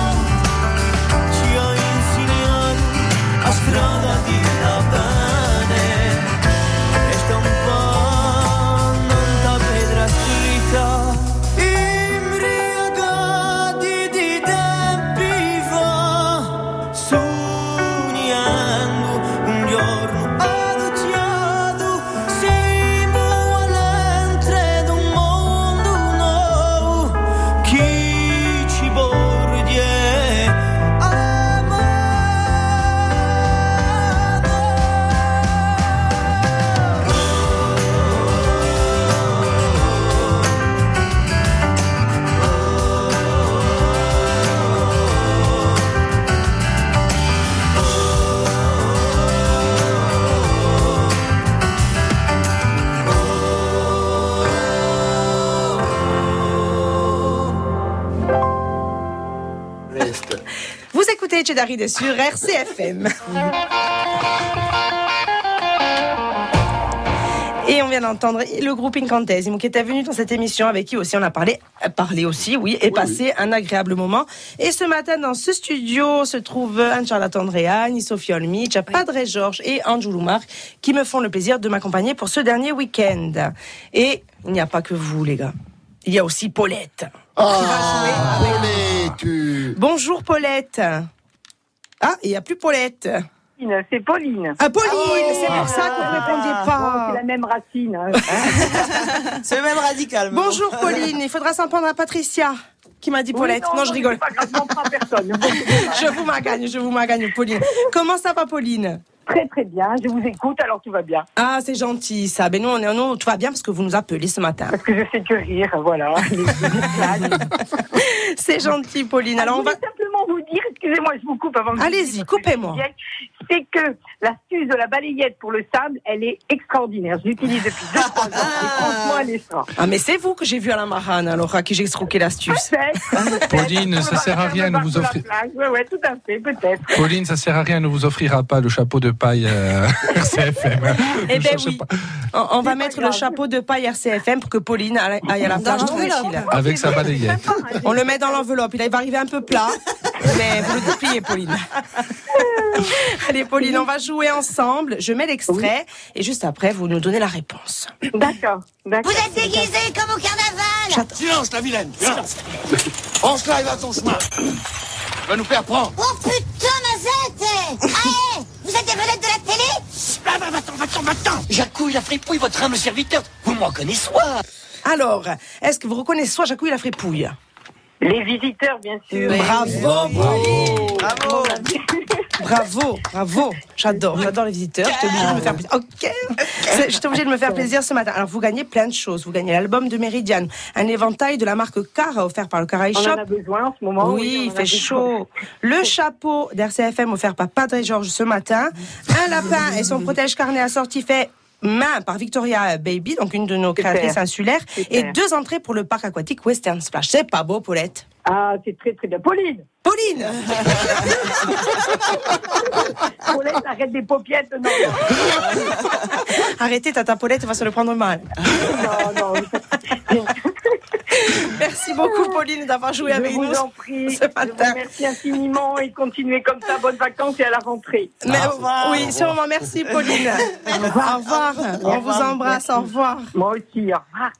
e Brest. Vous écoutez Cheddar sur RCFM. Et on vient d'entendre le groupe Incantesimo qui était venu dans cette émission avec qui aussi on a parlé, euh, parlé aussi, oui, et passé un agréable moment. Et ce matin, dans ce studio se trouvent Anne-Charlotte Andréagne, Sophie Olmich, Padre Georges et Anjou Marc qui me font le plaisir de m'accompagner pour ce dernier week-end. Et il n'y a pas que vous, les gars. Il y a aussi Paulette. Ah, Paulette tu- Bonjour Paulette. Ah, il n'y a plus Paulette. Pauline, C'est Pauline. Ah, Pauline, c'est pour ça que vous répondiez pas. Bon, c'est la même racine. hein. C'est le même radical. mais bon. Bonjour Pauline, il faudra s'en prendre à Patricia qui m'a dit Oui, Paulette. non, non, je oui, rigole. c'est pas je vous m'agagne, je vous m'agagne Pauline. Comment ça va Pauline Très très bien, je vous écoute, alors tout va bien. Ah, c'est gentil ça. Ben nous, on est, nous, tout va bien parce que vous nous appelez ce matin. Parce que je fais que rire, voilà. c'est gentil Pauline. Alors on va... Ah, simplement vous dire, excusez-moi, je vous coupe avant que Allez-y, coupez-moi. C'est que l'astuce de la balayette pour le sable, elle est extraordinaire. Je l'utilise depuis deux trois ans. Et franchement, elle est extra. Ah mais c'est vous que j'ai vu à la marane alors à qui j'ai escroqué l'astuce. Ah, Pauline, ça sert à rien de vous offrir. Oui, ouais, tout à fait, peut-être. Pauline, ça sert à rien, ne vous offrira pas le chapeau de paille euh, RCFM. Eh Ne ben cherchez oui. pas. On, on va mettre le chapeau de paille RCFM pour que Pauline aille aille à la plage tranquille. Avec sa balayette. On le met dans l'enveloppe. Il va arriver un peu plat, mais vous le dépliez, Pauline. Allez, Pauline, on va jouer ensemble. Je mets l'extrait et juste après, vous nous donnez la réponse. D'accord. Vous êtes déguisé comme au carnaval Silence, la vilaine Silence Range-la et va ton chemin Tu vas nous faire prendre Oh putain, Mazette Ah, eh, Allez Vous êtes des vedettes de la télé Ah bah va-t'en, va-t'en, va-t'en Jacouille, la fripouille, votre humble serviteur Vous m'en connaissez pas Alors, est-ce que vous reconnaissez soit Jacouille la fripouille Les visiteurs, bien sûr. Bravo, Pauline Bravo Bravo, bravo. J'adore, j'adore les visiteurs. J'étais obligée de me faire Oh, plaisir. Ok. C'est- J'étais obligée de me faire plaisir ce matin. Alors, vous gagnez plein de choses. Vous gagnez l'album de Meridian, un éventail de la marque Cara offert par le Cara On Shop. en a besoin en ce moment. Oui, on en il a fait besoin. chaud. Le chapeau d'RCFM offert par Padre Georges ce matin. Un lapin et son protège carnet assorti fait main par Victoria Baby, donc une de nos Super. créatrices insulaires. Et Super. deux entrées pour le parc aquatique Western Splash. C'est pas beau, Paulette Ah, c'est très très bien. Pauline Pauline Paulette, arrête des paupiètes. Non, Arrêtez, tata Paulette va se le prendre mal. non, non. Merci beaucoup, Pauline, d'avoir joué avec Je nous vous en prie. ce Je vous matin. remercie infiniment et continuez comme ça. Bonnes vacances et à la rentrée. Mais, oui, sûrement. Merci, Pauline. Ah, au revoir. On vous embrasse. Au revoir. Moi aussi, au revoir.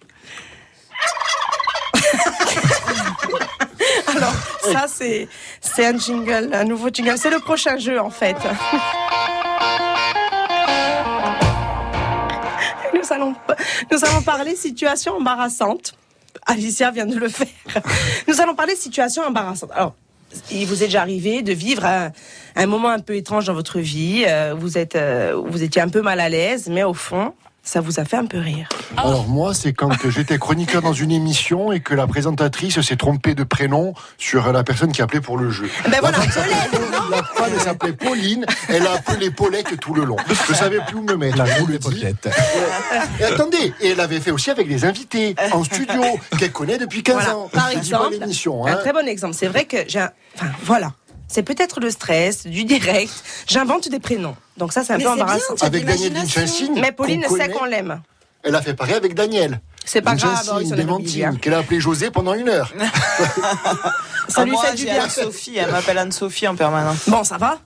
Alors, ça, c'est, c'est un jingle, un nouveau jingle. C'est le prochain jeu, en fait. Nous allons, nous allons parler situation embarrassante. Alicia vient de le faire. Nous allons parler situation embarrassante. Alors, il vous est déjà arrivé de vivre un, un moment un peu étrange dans votre vie. euh, Vous, êtes, euh, vous étiez un peu mal à l'aise, mais au fond, ça vous a fait un peu rire. Alors moi, c'est quand que j'étais chroniqueur dans une émission et que la présentatrice s'est trompée de prénom sur la personne qui appelait pour le jeu. Ben voilà, La femme elle s'appelait Pauline, elle a appelé Paulette tout le long. Je savais plus où me mettre. La roule Paulette. Et attendez, et elle avait fait aussi avec des invités en studio qu'elle connaît depuis 15 Voilà. ans. Par Je dis pas exemple, l'émission, un hein. Ah, très bon exemple. C'est vrai que j'ai un... Enfin, voilà. C'est peut-être le stress, du direct. J'invente des prénoms. Donc ça, c'est un Mais peu c'est bien, embarrassant. t'as de Avec Daniel l'imagination. Vincenzi, Mais Pauline qu'on sait connaît. qu'on l'aime. Elle a fait pareil avec Daniel. C'est pas grave, Jacine, ils sont Démentine, amis, hein. qu'elle a appelé José pendant une heure. Ça Ah, lui moi, fait du j'ai bien. Anne-Sophie, elle m'appelle Anne-Sophie en permanence. Bon, ça va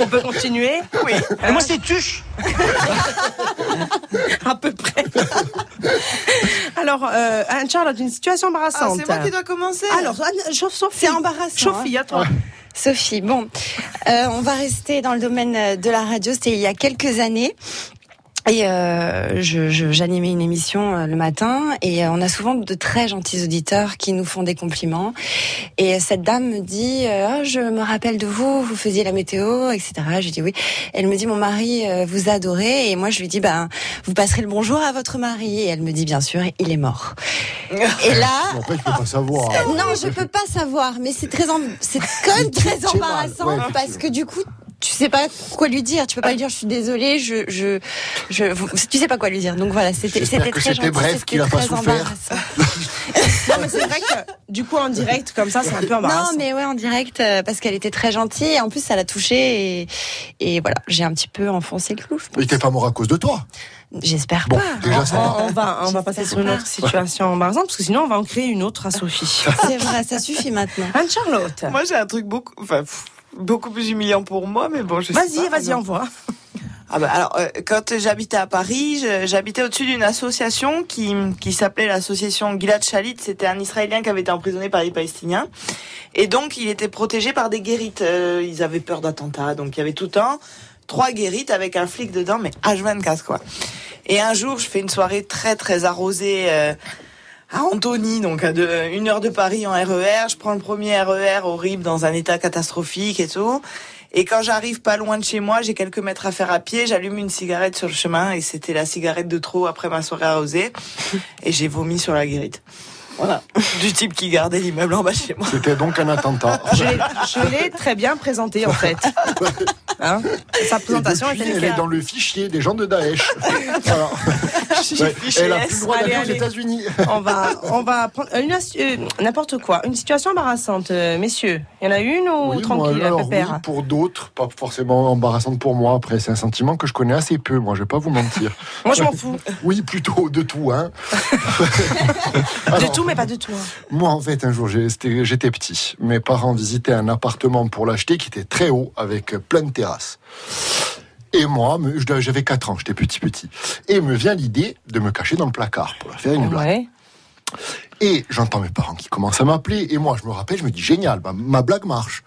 On peut continuer Euh, Oui. moi, c'est Tuche À peu près. Alors, euh, Anne Charlotte, une situation embarrassante. Ah, c'est moi qui dois commencer. Alors, Anne- Chauffe- Sophie. C'est embarrassant. Sophie, hein. à toi. Sophie, bon, euh, on va rester dans le domaine euh, de la radio. C'était il y a quelques années. Et euh, je- je- j'animais une émission euh, le matin et euh, on a souvent de très gentils auditeurs qui nous font des compliments. Et euh, cette dame me dit, euh, Ah, je me rappelle de vous, vous faisiez la météo, etc. Je dis oui. Elle me dit, mon mari euh, vous adorait et moi je lui dis, ben vous passerez le bonjour à votre mari. Et elle me dit, bien sûr, il est mort. Et là, Mais Après, je peux pas savoir. euh, Non, je peux pas savoir, mais c'est très, em- c'est quand même très mal, embarrassant ouais, Ah. parce que du coup, tu sais pas quoi lui dire. Tu peux pas lui dire je suis désolée, je, je, je, vous- tu sais pas quoi lui dire. Donc voilà, c'était, J'espère c'était que très c'était gentil, bref, c'était qu'il a pas très souffert. embarrassant. Non, mais c'est vrai que du coup, en direct, comme ça, c'est un peu embarrassant. Non, mais ouais, en direct, euh, parce qu'elle était très gentille. Et en plus, ça l'a touchée. Et, et voilà, j'ai un petit peu enfoncé le clou. je pense. Mais t'es pas mort à cause de toi. J'espère Bon, pas. déjà, ça va. Ah, on, on va, on va passer sur une autre situation embarrassante, parce que sinon, on va en créer une autre à Sophie. C'est vrai, ça suffit maintenant. Anne-Charlotte. Moi, j'ai un truc beaucoup, enfin, pff, beaucoup plus humiliant pour moi, mais bon, je sais Vas-y, pas, vas-y, non. envoie. Ah bah, alors, euh, quand j'habitais à Paris, je- j'habitais au-dessus d'une association qui, qui s'appelait l'association Gilad Shalit. C'était un Israélien qui avait été emprisonné par les Palestiniens. Et donc, il était protégé par des guérites. Euh, ils avaient peur d'attentats, donc il y avait tout un... Trois guérites avec un flic dedans, mais H24, quoi. Et un jour, je fais une soirée très, très arrosée... euh, à Antony, donc à de- une heure de Paris en RER. Je prends le premier RER horrible dans un état catastrophique et tout. Et quand j'arrive pas loin de chez moi, j'ai quelques mètres à faire à pied, j'allume une cigarette sur le chemin et c'était la cigarette de trop après ma soirée arrosée. Et j'ai vomi sur la guérite. Voilà. Du type qui gardait l'immeuble en bas de chez moi. C'était donc un attentat. Je l'ai- je l'ai très bien présenté, en fait. Hein Sa Et présentation depuis, était elle est nickel. dans le fichier des gens de Daesh. Voilà. Ouais, Fichier elle a S. plus le droit Allez, d'aller aux allez. États-Unis. On va, on va prendre une astu- euh, n'importe quoi, une situation embarrassante, euh, messieurs. Il y en a une ou Oui, tranquille, moi, alors, la pépère oui, pour d'autres, pas forcément embarrassante pour moi. Après, c'est un sentiment que je connais assez peu. Moi, je vais pas vous mentir. Moi, je m'en fous. Oui, plutôt de tout, hein. De Alors, tout, mais pas de toi. Moi, en fait, un jour, j'ai- c'était- j'étais petit. Mes parents visitaient un appartement pour l'acheter qui était très haut, avec euh, plein de terrasses. Et moi, me- je dois- j'avais 4 ans, j'étais petit, petit. Et me vient l'idée de me cacher dans le placard pour leur faire une blague. Et j'entends mes parents qui commencent à m'appeler. Et moi, je me rappelle, je me dis, génial, bah, ma blague marche.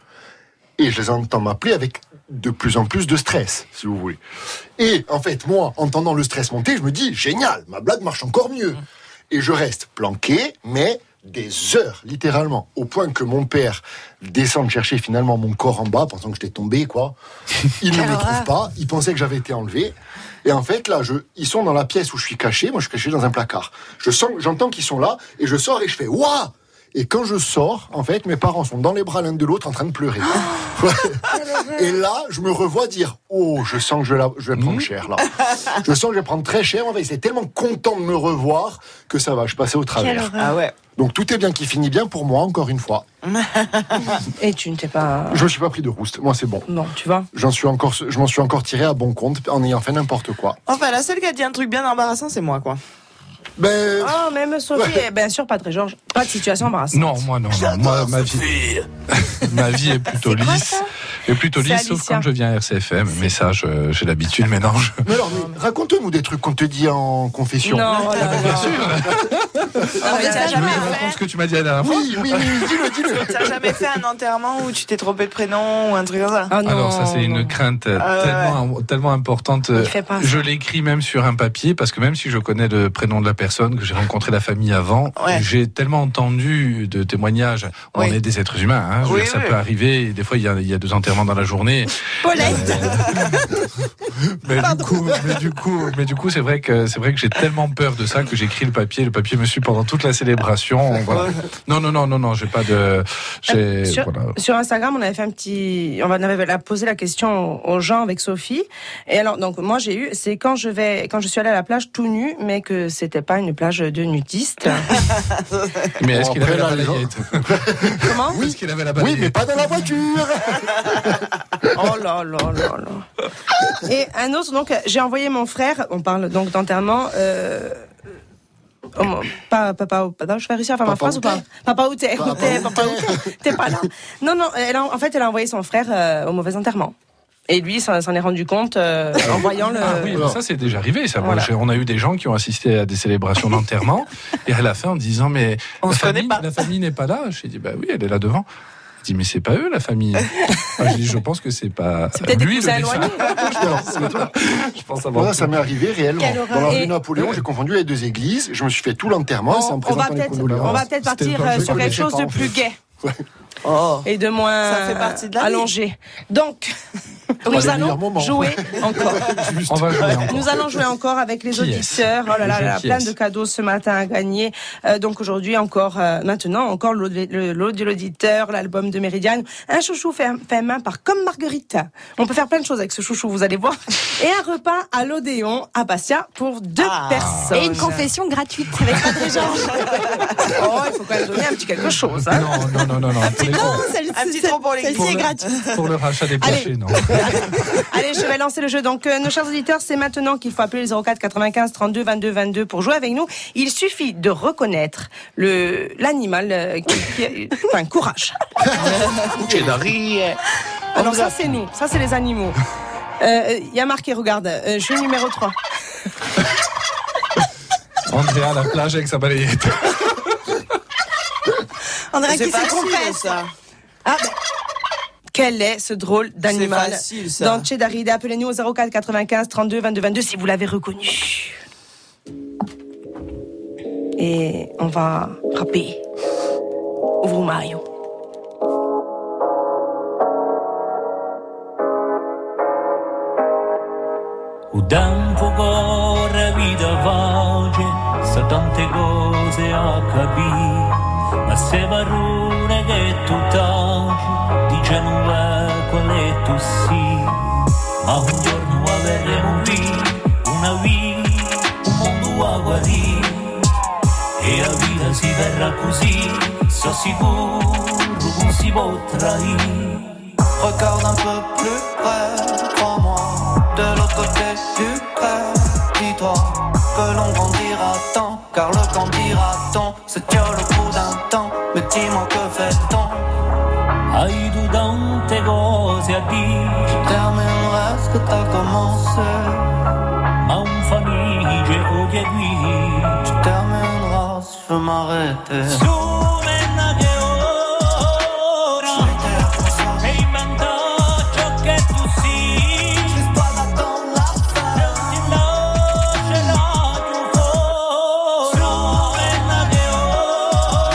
Et je les entends m'appeler avec de plus en plus de stress, si vous voulez. Et en fait, moi, entendant le stress monter, je me dis, génial, ma blague marche encore mieux. Et je reste planqué, mais des heures, littéralement, au point que mon père descend chercher finalement mon corps en bas, pensant que j'étais tombé, quoi. Il ne me trouve pas, il pensait que j'avais été enlevé. Et en fait, là, je, ils sont dans la pièce où je suis caché, moi je suis caché dans un placard. Je sens, j'entends qu'ils sont là, et je sors et je fais, waouh! Et quand je sors, en fait, mes parents sont dans les bras l'un de l'autre en train de pleurer. Et là, je me revois dire Oh, je sens que je, vais la- je vais prendre cher là. Je sens que je vais prendre très cher. En fait, c'est tellement content de me revoir que ça va, je passais au travers. Ah ouais. Donc tout est bien qui finit bien pour moi, encore une fois. Et tu ne t'es pas. Je me suis pas pris de rouste. Moi, c'est bon. Ah. Non, tu vois. J'en suis encore, je m'en suis encore tiré à bon compte en ayant fait n'importe quoi. Enfin, la seule qui a dit un truc bien embarrassant, c'est moi, quoi. Ben, Oh, même Sophie, Ouais. eh bien sûr, pas très Georges. Pas de situation embarrassante. Non, moi non. non. Moi, ma vie, ma vie est plutôt lisse. Est plutôt C'est lisse, sauf Alicia. quand je viens à RCFM. Mais ça, je- j'ai l'habitude. Mais non, je- mais alors, mais raconte-nous des trucs qu'on te dit en confession. bah, Non, oh là là. Ah, mais t'as jamais je fait- raconte ce que tu m'as dit la dernière fois. Oui, oui, oui, dis-le, dis-le. t'as jamais fait un enterrement où tu t'es trompé de prénom ou un truc comme ça Ah non. Alors ça c'est une crainte euh, Ah ouais, tellement, tellement importante. euh, Il fait pas ça. Je l'écris même sur un papier parce que même si je connais le prénom de la personne, que j'ai rencontré la famille avant, Ouais. j'ai tellement entendu de témoignages. On Oui. est des êtres humains, hein, je veux Oui, dire, ça oui. peut arriver. Des fois il y, a, il y a deux enterrements dans la journée. Paulette Mais du coup, mais du coup, mais du coup, c'est vrai que c'est vrai que j'ai tellement peur de ça que j'écris le papier. Le papier me suit pendant toute la célébration. voilà. Non, non, non, non, non, j'ai pas de. j'ai- Euh, sur, voilà. sur Instagram, on avait fait un petit, on avait la- posé la question aux gens avec Sophie. Et alors, donc moi j'ai eu, c'est quand je vais, quand je suis allée à la plage tout nu, mais que c'était pas une plage de nudistes. Mais est-ce Bon, qu'il après, avait la là, les gens- balayette Comment Est-ce qu'il avait la Oui, balayette mais pas dans la voiture. Oh là là là là. Et un autre, donc j'ai envoyé mon frère, on parle donc d'enterrement. Euh, oh, mon- pas, papa, ou- non, je vais réussir à faire ma Papa phrase ou pas Outé. Papa Outé, Papa Outé, Papa Outé, t'es pas là. Non, non, elle a- en fait, elle a envoyé son frère euh, au mauvais enterrement. Et lui, s'en s'en est rendu compte euh, en voyant le. Ah oui, mais Alors. ça c'est déjà arrivé. Ça. Moi, Voilà. j'ai- on a eu des gens qui ont assisté à des célébrations d'enterrement et à la fin en disant mais On la, se connaît famille, pas. la famille n'est pas là. J'ai dit bah oui, elle est là devant. Il dit mais c'est pas eux la famille. Ah, j'ai dit, je pense que c'est pas C'est peut-être des lui le cousins défunt. éloignés. Alors, c'est toi. Je pense avoir. Voilà, ça m'est arrivé réellement. Quelle horreur. Dans la rue Et- euh, Napoléon, j'ai confondu les deux églises. Je me suis fait tout l'enterrement. On- c'est en on va présentant les peut-être condoléances. on va peut-être C'était partir pas- euh, je sur connaissais quelque chose pas, de en plus fait. gai. et de moins Ça fait partie de la vie. allongé. Donc, On nous va les allons meilleurs moments. jouer encore. On va jouer hein. encore. Nous allons jouer encore avec les Qui est-ce auditeurs. Oh là là, là, Qui plein est-ce de cadeaux ce matin à gagner. Euh, donc aujourd'hui encore, euh, maintenant encore l'eau de le- l'eau de l'auditeur, l'album de Méridiane, un chouchou fait, fait main par comme Marguerite. On peut faire plein de choses avec ce chouchou, vous allez voir. Et un repas à l'Odéon à Bastia pour deux Ah. personnes. Et une confession gratuite avec André Georges. oh, il faut quand même donner un petit quelque chose. hein. Non, non, non, non. pour Ah, les- Un petit tronc pour les pour c'est le- gratuit. Pour le rachat des planchers, non. Allez, je vais lancer le jeu. Donc, euh, nos chers auditeurs, c'est maintenant qu'il faut appeler le 04 95 32 22 22 pour jouer avec nous. Il suffit de reconnaître le l'animal euh, qui, qui- enfin courage. Alors ça c'est nous, ça c'est les animaux. Il y a marqué, regarde, euh, je suis numéro 3. André à la plage avec sa balayette. André C'est facile, ça. Ah, ben, quel est ce drôle d'animal C'est facile, ça. Dans Chedaride, appelez-nous au 04 95 32 22 22 si vous l'avez reconnu. Et on va frapper. Ouvre Mario. O tempo corre, vita voce, sa tante cose a capire, ma se parole che tu taci, dice nulla quale tu sì, ma un giorno avremo qui una vita, un mondo a guarire, e la vita si verrà così, so sicuro che si può trahire. Regarde un peu plus près, crois-moi, de l'autre côté du prêt. Dis-toi que l'on grandira tant, car le camp dira-t-on se tient au bout d'un temps. Mais dis-moi que fait-on Hai tu tante cose a dire Je terminerai ce que t'as commencé Ma un famige odia qui Tu termineras si je veux m'arrêter Sumena che ora Hai inventato ciò che tu sei Je pas attendre la fin Non ti lascerò più fora Sumena che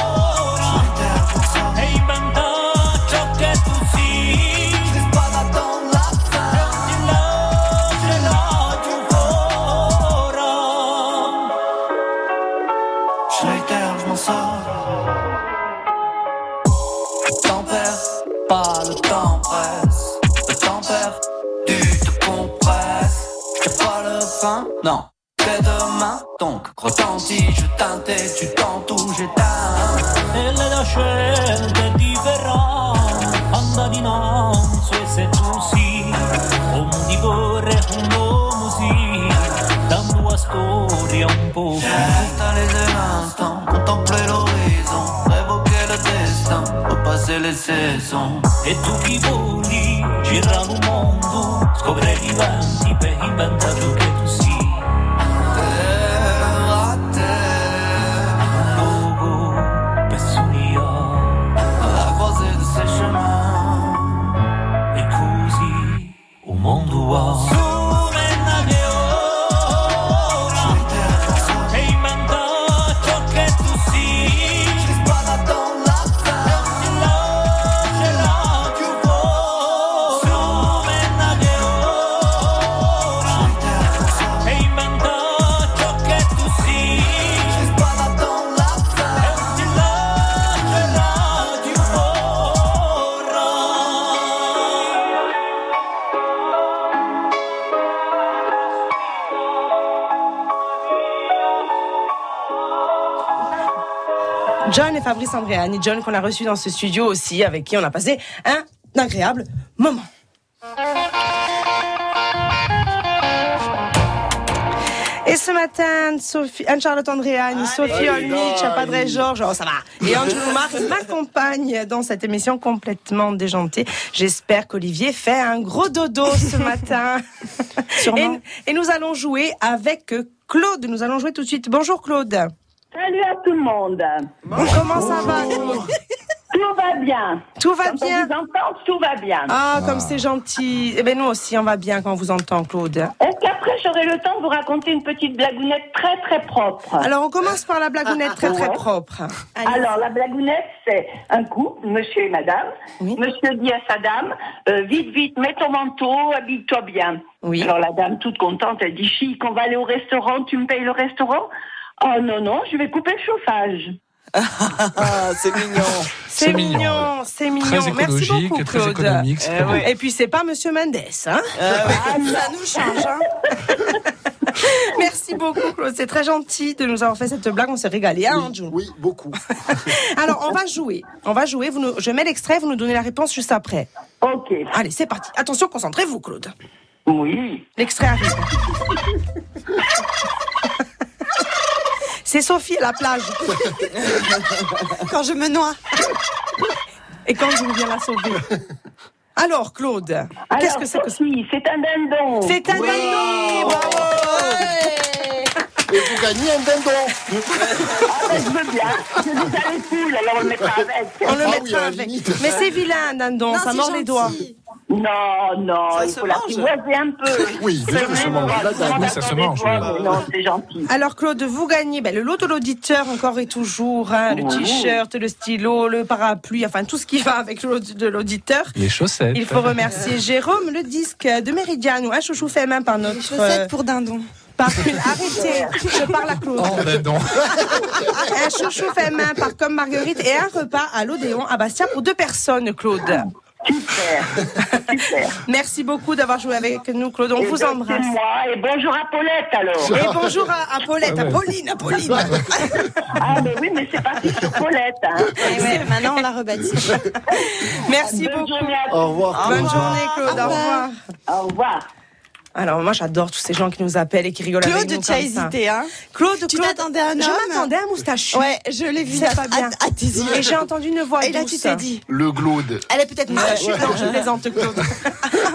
ora Hai inventato ciò che tu sei Je pas attendre la fin Non ti lascerò più fora Je réitère, je m'en sors. T'en perds pas, le temps presse. Le temps perd, tu te compresses. Je pas le frein, non. C'est demain, donc retentis, je t'intègre, tu t'entouches, j'éteins. e le da scelte ti verrà anda dinanzi e se tu sì un di corre un uomo sì dammi una storia un po' Installer l'instant, contempler l'horizon, révoquer le destin, repasser les saisons. e tu chi voli girare un mondo scoprire i venti per inventare ciò che tu sei Terre à terre, Logo per sognare à la croisée de ces chemins. e così un mondo va Suona che ora e inventa ciò che tu sei ci spada con la non ti lascerà più fuori Suona che ora e inventa ciò che tu sei ci spada con la non ti lascerà più fuori John et Fabrice Andréani, John qu'on a reçu dans ce studio aussi, avec qui on a passé un agréable moment. Et ce matin, Sophie- Anne-Charlotte Andréani, Sophie Allez, Olnich, dai. Padre Georges, oh, ça va. Et Andrew Marc m'accompagne dans cette émission complètement déjantée. J'espère qu'Olivier fait un gros dodo ce matin. Sûrement. Et, et nous allons jouer avec Claude. Nous allons jouer tout de suite. Bonjour Claude. Salut à tout le monde. Comment ça va Claude Tout va bien. Tout va Quand bien. On vous entend, tout va bien. Ah, comme c'est gentil. Eh ben nous aussi, on va bien quand on vous entend, Claude. Est-ce qu'après j'aurai le temps de vous raconter une petite blagounette très très propre Alors, on commence par la blagounette très, très Ah, Ouais. propre. Alors la blagounette c'est un couple, monsieur et madame. Monsieur dit à sa dame, euh, vite vite mets ton manteau, habille-toi bien. Alors la dame toute contente, elle dit chic, on va aller au restaurant, tu me payes le restaurant Oh non non, je vais couper le chauffage. c'est mignon. C'est mignon, c'est mignon. Merci écologique, beaucoup, très Claude. Euh, économique, c'est très Et puis, c'est pas Monsieur Mendes. Hein ça nous change. hein. Merci beaucoup, Claude. C'est très gentil de nous avoir fait cette blague. On s'est régalé, hein, June Oui, beaucoup. Alors, on va jouer. On va jouer. Vous nous- Je mets l'extrait, vous nous donnez la réponse juste après. Ok. Allez, c'est parti. Attention, concentrez-vous, Claude. Oui. L'extrait arrive. C'est Sophie à la plage. quand je me noie. Et quand je viens la sauver. Alors, Claude, qu'est-ce que c'est que C'est un dindon. C'est un dindon. Bravo. Et vous gagnez un dindon. Ah ben, je veux bien. Je dis ça les poules, alors on le mettra avec. On le mettra avec. Mais c'est vilain, un dindon. Non, ça c'est mord les doigts. Non, non, il faut l'apprivoiser un peu. Oui, déjà, ça se mange. Là, d'un coup, ça se mange, voilà. Non, c'est gentil. Alors Claude, vous gagnez ben, le lot de l'auditeur encore et toujours, hein, le Oui. t-shirt, le stylo, le parapluie, enfin tout ce qui va avec le lot de l'auditeur. Les chaussettes. Il faut remercier Jérôme, le disque de Méridiane ou un chouchou fait main par notre... chaussettes pour dindon. Par... Arrêtez, je parle à Claude. Oh, ben non. un chouchou fait main par Comme Marguerite et un repas à l'Odéon à Bastia pour deux personnes, Claude. Merci beaucoup d'avoir joué avec nous, Claude. On Eh vous ben, embrasse. c'est moi. Et bonjour à Paulette, alors. Et bonjour à, à Paulette, à Pauline, à Pauline. Ah, mais oui, mais c'est parti sur Paulette. Hein. maintenant, on la rebâtit. Merci Bonne beaucoup. journée à tous. Au revoir. Bonne Au revoir. journée, Claude. Au revoir. Au revoir. Alors, moi, j'adore tous ces gens qui nous appellent et qui rigolent Claude, avec nous. tu as comme ça. hésité, hein Claude, Claude. Tu t'attendais à un Je homme m'attendais à un moustachu. Ouais, je l'ai vu C'est à- pas bien. à- à tes yeux. Et j'ai entendu une voix. Et là, tu douce. t'es dit. Le glaude. Elle est peut-être moustachue. Ouais. Non, je plaisante, Claude.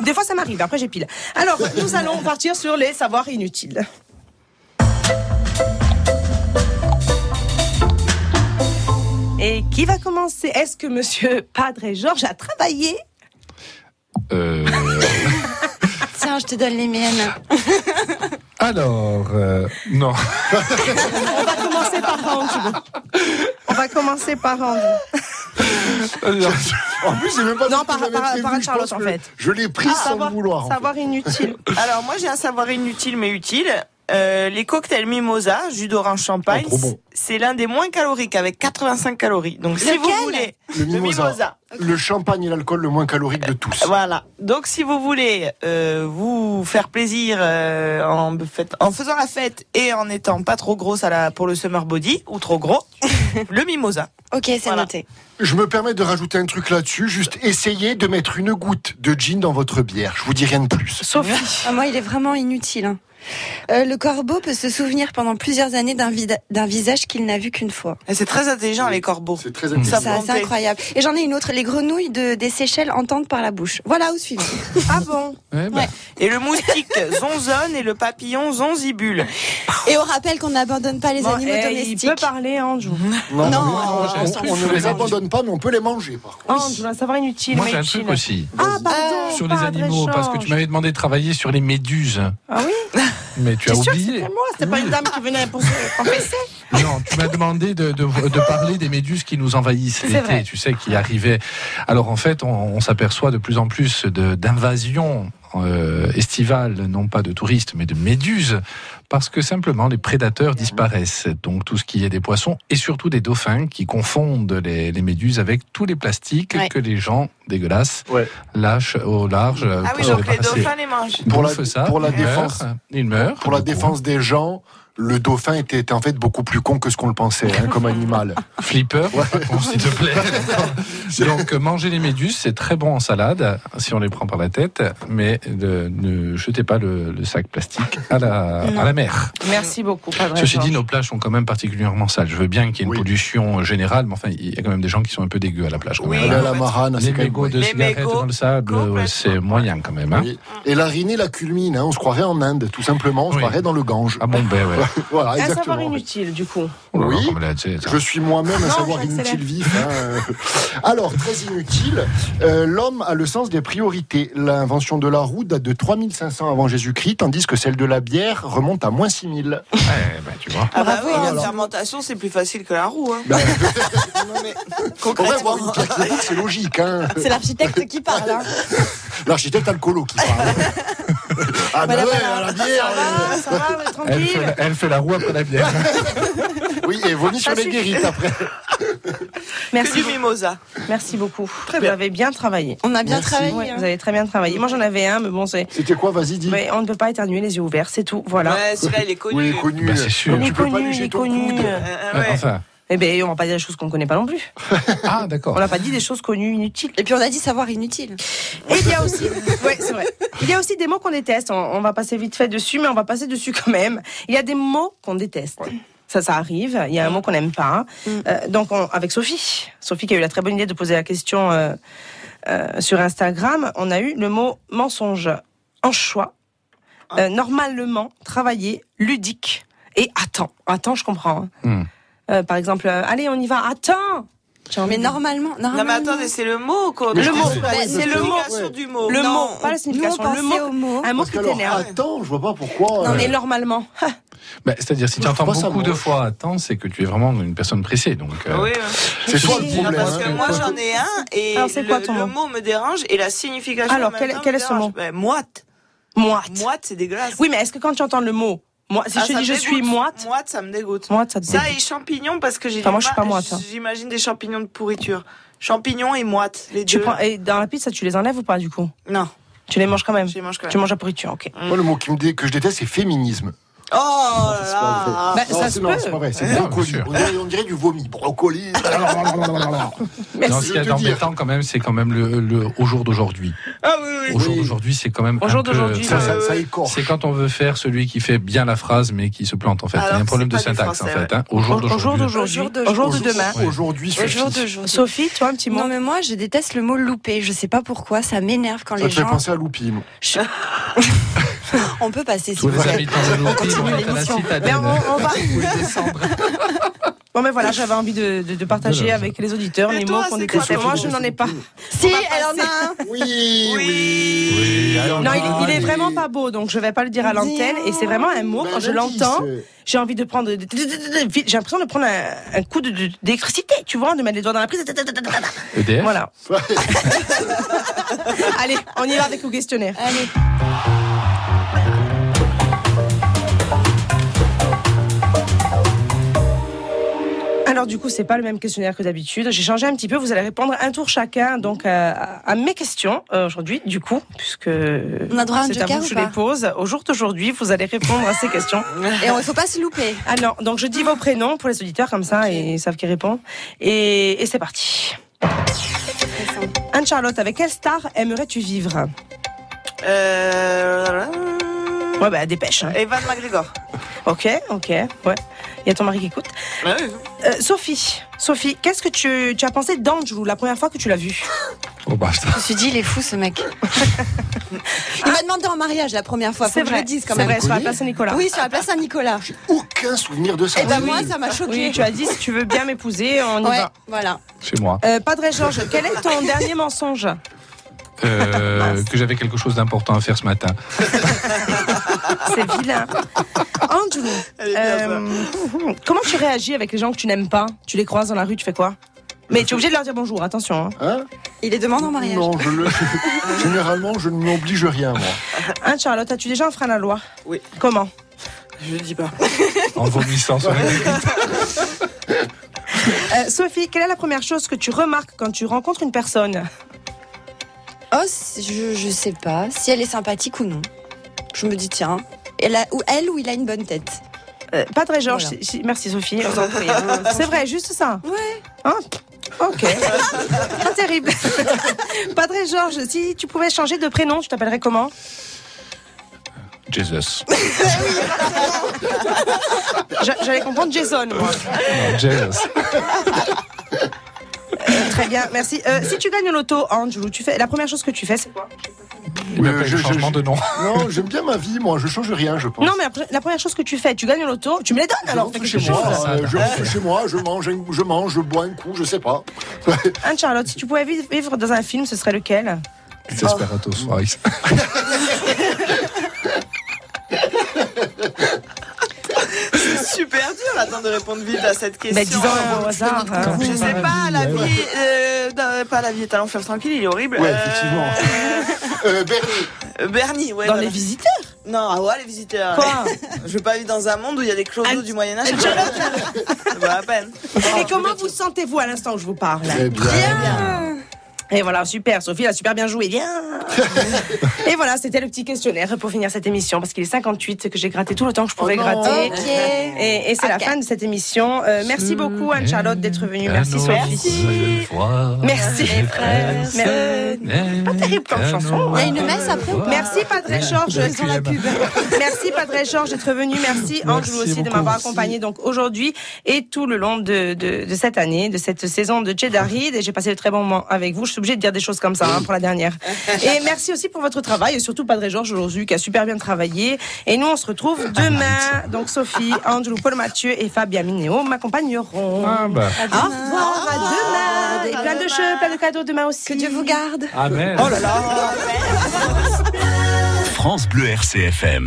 Des fois, ça m'arrive. Après, j'ai pile. Alors, nous allons partir sur les savoirs inutiles. Et qui va commencer Est-ce que Monsieur Padre Georges a travaillé Tiens, je te donne les miennes. Alors, euh, non. On va commencer par Andrew. On va commencer par Andrew. En plus, j'ai même pas Non, dit que par- j'avais par- prévu, par je Charlotte, pense en que fait. Je l'ai pris Ah, sans savoir- le vouloir. en Savoir inutile. Alors moi j'ai un savoir inutile mais utile. Euh, les cocktails mimosa, jus d'orange champagne, Oh, trop bon. c'est l'un des moins caloriques avec 85 calories. Donc si vous Lequel voulez fait. Le mimosa. Le Le champagne et l'alcool le moins calorique de tous. Voilà. Donc si vous voulez euh, vous faire plaisir euh, en, fait- en faisant la fête et en étant pas trop grosse à la, pour le summer body ou trop gros, le mimosa. Ok, c'est Ah, Voilà. noté. Je me permets de rajouter un truc là-dessus. Juste essayez de mettre une goutte de gin dans votre bière. Je vous dis rien de plus. Ah, moi, il est vraiment inutile. hein. Euh, le corbeau peut se souvenir pendant plusieurs années d'un vida- d'un visage qu'il n'a vu qu'une fois. Et C'est très intelligent les corbeaux. C'est très Ça, C'est Ça assez incroyable. Et j'en ai une autre. Les grenouilles de, des Seychelles entendent par la bouche. Voilà au suivant. Ah bon Et le moustique zonzone et le papillon zonzibule. Et on rappelle qu'on n'abandonne pas les Bon, animaux eh, domestiques. Il peut parler, hein, Andrew. Non, Non, on- on, on ne les abandonne pas, mais on peut les manger par contre. Andrew, un savoir inutile. Moi mais j'ai un utile. truc aussi. Euh, Ah, pardon. Sur les Padre animaux, parce que Georges. tu m'avais demandé de travailler sur les méduses. Ah oui Mais tu T'es as sûr que oublié. c'était moi C'était pas une dame qui venait pour se confesser Non, tu m'as demandé de, de- de parler des méduses qui nous envahissent C'est l'été, vrai. tu sais, qui arrivaient. Alors en fait, on, on s'aperçoit de plus en plus de- d'invasions euh, estivales, non pas de touristes, mais de méduses, parce que simplement les prédateurs Eh disparaissent. Donc tout ce qui est des poissons et surtout des dauphins qui confondent les, les méduses avec tous les plastiques Ouais. que les gens dégueulasses lâchent au large. euh, Ah oui, pour se donc les débarrasser. dauphins les mangent. Pour la- Bouffe ça, pour la ils meurent, défense. ils meurent. Pour la défense des gens, le dauphin était, était en fait beaucoup plus con que ce qu'on le pensait hein, comme animal. Flipper, pas con, s'il te plaît. Donc, euh, manger les méduses, c'est très bon en salade, si on les prend par la tête, mais euh, ne jetez pas le, le sac plastique à la, Ah, à la mer. Merci beaucoup, Padre Ceci dit, Georges. nos plages sont quand même particulièrement sales. Je veux bien qu'il y ait une pollution euh, générale, mais enfin, il y a quand même des gens qui sont un peu dégueux à la plage. quand Oui, même. Aller à la marane, les c'est quand même- mégots de Les cigarettes mégots, dans le sable, euh, c'est moyen quand même. hein. Et la Rinée la culmine, hein, on se croirait en Inde, tout simplement, on se croirait dans le Gange. Ah bon, ben ouais. Oh voilà, un exactement. savoir inutile, du coup. Oui, je suis moi-même un Non, savoir j'accélère. inutile vif. hein. Alors, très inutile, euh, l'homme a le sens des priorités. L'invention de la roue date de 3500 avant Jésus-Christ, tandis que celle de la bière remonte à moins 6000. ben, tu vois. Ah bah oui, Et la alors fermentation, c'est plus facile que la roue. Hein. Ben, Non, mais On va voir concrètement. une pierre qui roule, c'est logique. hein. C'est l'architecte qui parle. hein. L'architecte a le colo qui parle. ah ben Voilà, ouais, voilà. à la bière. Ah, ça va, mais Elle fait, tranquille. la, elle fait la roue après la bière. Oui, et vomi sur Ça les suffit. guérites après. Merci du beaucoup. mimosa. Merci beaucoup. Vous avez bien travaillé. On a bien Merci. travaillé, Ouais, hein. Vous avez très bien travaillé. Moi, j'en avais un, mais bon, c'est. C'était quoi Vas-y, dis. on ne peut pas éternuer les yeux ouverts, c'est tout. Voilà. Ouais, celui-là, il est connu. Oui, connu. Bah, c'est sûr. Tu Il est peux pas connu, lécher il est ton connu. coude. Euh, ouais. Enfin. Eh ben, on va pas dire des choses qu'on connaît pas non plus. Ah, On d'accord. n'a pas dit des choses connues, inutiles. Et puis on a dit savoir inutile. Et il y a aussi, ouais, c'est vrai. Il y a aussi des mots qu'on déteste. On, on va passer vite fait dessus, mais on va passer dessus quand même. Il y a des mots qu'on déteste. Ça, ça arrive. Il y a un mot qu'on n'aime pas. Mm. Euh, donc, on- avec Sophie, Sophie qui a eu la très bonne idée de poser la question euh, euh, sur Instagram, on a eu le mot mensonge, anchois, Ah. euh, normalement, travaillé, ludique et attends. Attends, je comprends. hein. Hmm. Euh, par exemple, euh, allez, on y va. Attends. J'ai envie Mais de- normalement, Non, mais normalement. attendez, c'est le mot. qu'on- Mais je Le mot, disais- bah, Mais c'est le le mot, mot du mot. le Non, mot, pas la Nous, on signification, le pensait mot. au mot. Un mot Parce qui qu'alors, t'énerve. attends, je vois pas pourquoi. Non, euh, mais normalement. Bah, C'est-à-dire, si tu entends Faut pas beaucoup savoir. de fois attends, c'est que tu es vraiment une personne pressée. Donc, euh, Oui, oui. C'est toi le Non, problème. Parce que hein. moi j'en ai un et Alors, c'est quoi le, ton le mot mot me dérange et la signification. Alors, en même quel- temps quel me est ce dérange. mot Ben, Moite. Moite. Moite, c'est dégueulasse. Oui, mais est-ce que quand tu entends le mot, moi, si Ah, je ça te dis me je suis dégoûte. moite, Moite, ça me dégoûte. moite, ça te Ça dégoûte. et champignons parce que j'ai Enfin, du moi, je suis mal- pas moite, hein. J'imagine des champignons de pourriture. Champignons et moite, les Tu deux. prends, et dans la pizza, tu les enlèves ou pas du coup Non, Tu les manges quand même je les mange quand Tu même. manges la pourriture, ok. Moi, le mot qui me dé- que je déteste, c'est féminisme. Oh là C'est pas là vrai. Bah, ça c'est- se non, peut. c'est pas vrai. C'est Ouais. brocoli. Bien sûr. On dirait, on dirait du vomi. Brocoli. non, je ce qu'il y a veux te dire. d'embêtant, quand même, c'est quand même le, le- au jour d'aujourd'hui. Ah oui, oui. Au jour d'aujourd'hui, c'est quand même. Au un jour peu- d'aujourd'hui, ça, Ça, ça- ça, ça C'est écorche. quand on veut faire celui qui fait bien la phrase, mais qui se plante, en fait. Alors, Il y a un problème c'est de pas du syntaxe, en français, fait. hein. Au jour Au jour d'aujourd'hui. d'aujourd'hui, Au jour au jour de demain. Ouais. Aujourd'hui, Au suffit. jour d'aujourd'hui. Sophie, tu vois un petit mot Non mais moi je déteste le mot louper, je sais pas pourquoi, ça m'énerve quand Ça les te fait gens... penser à Loupi. moi. On peut passer si Tous les vous voulez. habitants de Lopi continue vont être à la l'émission. Mais citadelle. on, on va. Où ils descendent. Bon, mais voilà, j'avais envie de, de- de partager Voilà. avec les auditeurs Et les toi, mots qu'on c'est quoi détestait. ton Moi, mot je n'en ai pas. Si, elle en a un Oui, Oui. Oui, alors, Non, il, il est allez. vraiment pas beau, donc je vais pas le dire à l'antenne. Et c'est vraiment un mot, oh, Ben, quand je bah, vas-y, l'entends, c'est- j'ai envie de prendre. J'ai l'impression de prendre un, un coup de- de- d'électricité, tu vois, de mettre les doigts dans la prise. EDF. Voilà. Allez, on y va avec le questionnaire. Allez, Alors du coup, c'est pas le même questionnaire que d'habitude. J'ai changé un petit peu. Vous allez répondre un tour chacun, donc à, à- à mes questions euh, aujourd'hui. Du coup, puisque on a droit à un c'est joker vous que ou je pas les pose. Au jour d'aujourd'hui, vous allez répondre à ces questions. et on- il faut pas se louper. Ah non, donc je dis vos prénoms pour les auditeurs comme ça, et ils savent qui répond. Et, et c'est parti. Anne Charlotte, avec quelle star aimerais-tu vivre Euh... Ouais, bah dépêche. hein. Evan McGregor. Ok, ok, ouais. Il y a ton mari qui écoute. Euh, Sophie, Sophie, qu'est-ce que tu, tu as pensé d'Angelou la première fois que tu l'as vue Oh, bah, ça- Je me suis dit, il est fou ce mec. il m'a demandé en mariage la première fois, faut C'est que je vrai, le dise quand c'est même. vrai, sur la place Saint-Nicolas. Oui, sur la place Saint-Nicolas. Aucun souvenir de ça. Et ben moi ça m'a Oui, choqué. tu as dit si tu veux bien m'épouser, on y Ouais, va. voilà. Chez moi. Euh, Padre Georges, quel est ton dernier mensonge Euh, que j'avais quelque chose d'important à faire ce matin. C'est vilain. Andrew, Elle est bien, euh, comment tu réagis avec les gens que tu n'aimes pas Tu les croises dans la rue, tu fais quoi Mais tu es obligé de leur dire bonjour, attention. hein. Hein Il les demande en mariage. Non, je le... généralement, je ne m'oblige rien, moi. Hein, Charlotte, as-tu déjà enfreint la loi Oui. Comment Je dis pas. En vomissant sur les Euh, Sophie, quelle est la première chose que tu remarques quand tu rencontres une personne Oh, c- je, je sais pas si elle est sympathique ou non. Je me dis, tiens, elle, a, ou elle ou il a une bonne tête. Euh, Padre Georges, Voilà. si- si- merci Sophie. je vous en prie, hein. C'est vrai, juste ça Ouais. Hein Ok. Pas terrible. Padre Georges, si tu pouvais changer de prénom, tu t'appellerais comment Jesus. Oh. J'a- J'allais comprendre Jason, moi. Non, Jesus. Très bien, merci. Euh, si tu gagnes l'auto, Angelo, tu fais la première chose que tu fais, c'est quoi Il m'appelle changement de nom. Non, j'aime bien ma vie, moi, je change rien, je pense. Non, mais après, la première chose que tu fais, tu gagnes l'auto, tu me les donnes alors. fais rentre quelque chez moi, chose. euh, je rentre chez moi, je mange, un- je mange, je bois un coup, je sais pas. Anne Charlotte, si tu pouvais vi- vivre dans un film, ce serait lequel Desperados Fries. C'est super dur là, attends, de répondre vite à cette question. Bah, disons, euh, au hasard, hein. Je sais pas, la Ouais. vie. euh, non, pas la vie est un long fleuve tranquille, il est horrible. Ouais, Euh, effectivement. Euh, Bernie. Euh, Bernie, ouais. Dans voilà. Les Visiteurs Non, ah ouais, les visiteurs. Quoi Je veux pas vivre dans un monde où il y a des clodos du Moyen-Âge. à peine. Ah, Et comment vous sentez-vous à l'instant où je vous parle Très Eh bien. Et voilà, super, Sophie elle a super bien joué, bien Et voilà, c'était le petit questionnaire pour finir cette émission, parce qu'il est 58, que j'ai gratté tout le temps que je pouvais Oh non. gratter. Ok. Et, et c'est la fin de cette émission. Euh, merci beaucoup Anne-Charlotte d'être venue, merci Sophie. Merci. Merci. Pas terrible comme Mmh. chanson. hein. Il y a une messe après ou pas Merci Padre Georges. Ils ont la pub. Merci Padre Georges d'être venu. Merci Angelo aussi de beaucoup. m'avoir Merci. accompagné donc aujourd'hui et tout le long de, de, de cette année, de cette saison de Cheddari. Et j'ai passé de très bons moments avec vous. Je suis obligée de dire des choses comme ça hein, pour la dernière. Et merci aussi pour votre travail et surtout Padre Georges aujourd'hui qui a super bien travaillé. Et nous on se retrouve demain. Donc Sophie, Angelo, Paul Mathieu et Fabien Mineo m'accompagneront. Ah bah. Au revoir, à demain. Et plein de jeux, plein de cadeaux demain aussi. Que Dieu vous garde. Amen. Oh là là. France Bleu RCFM.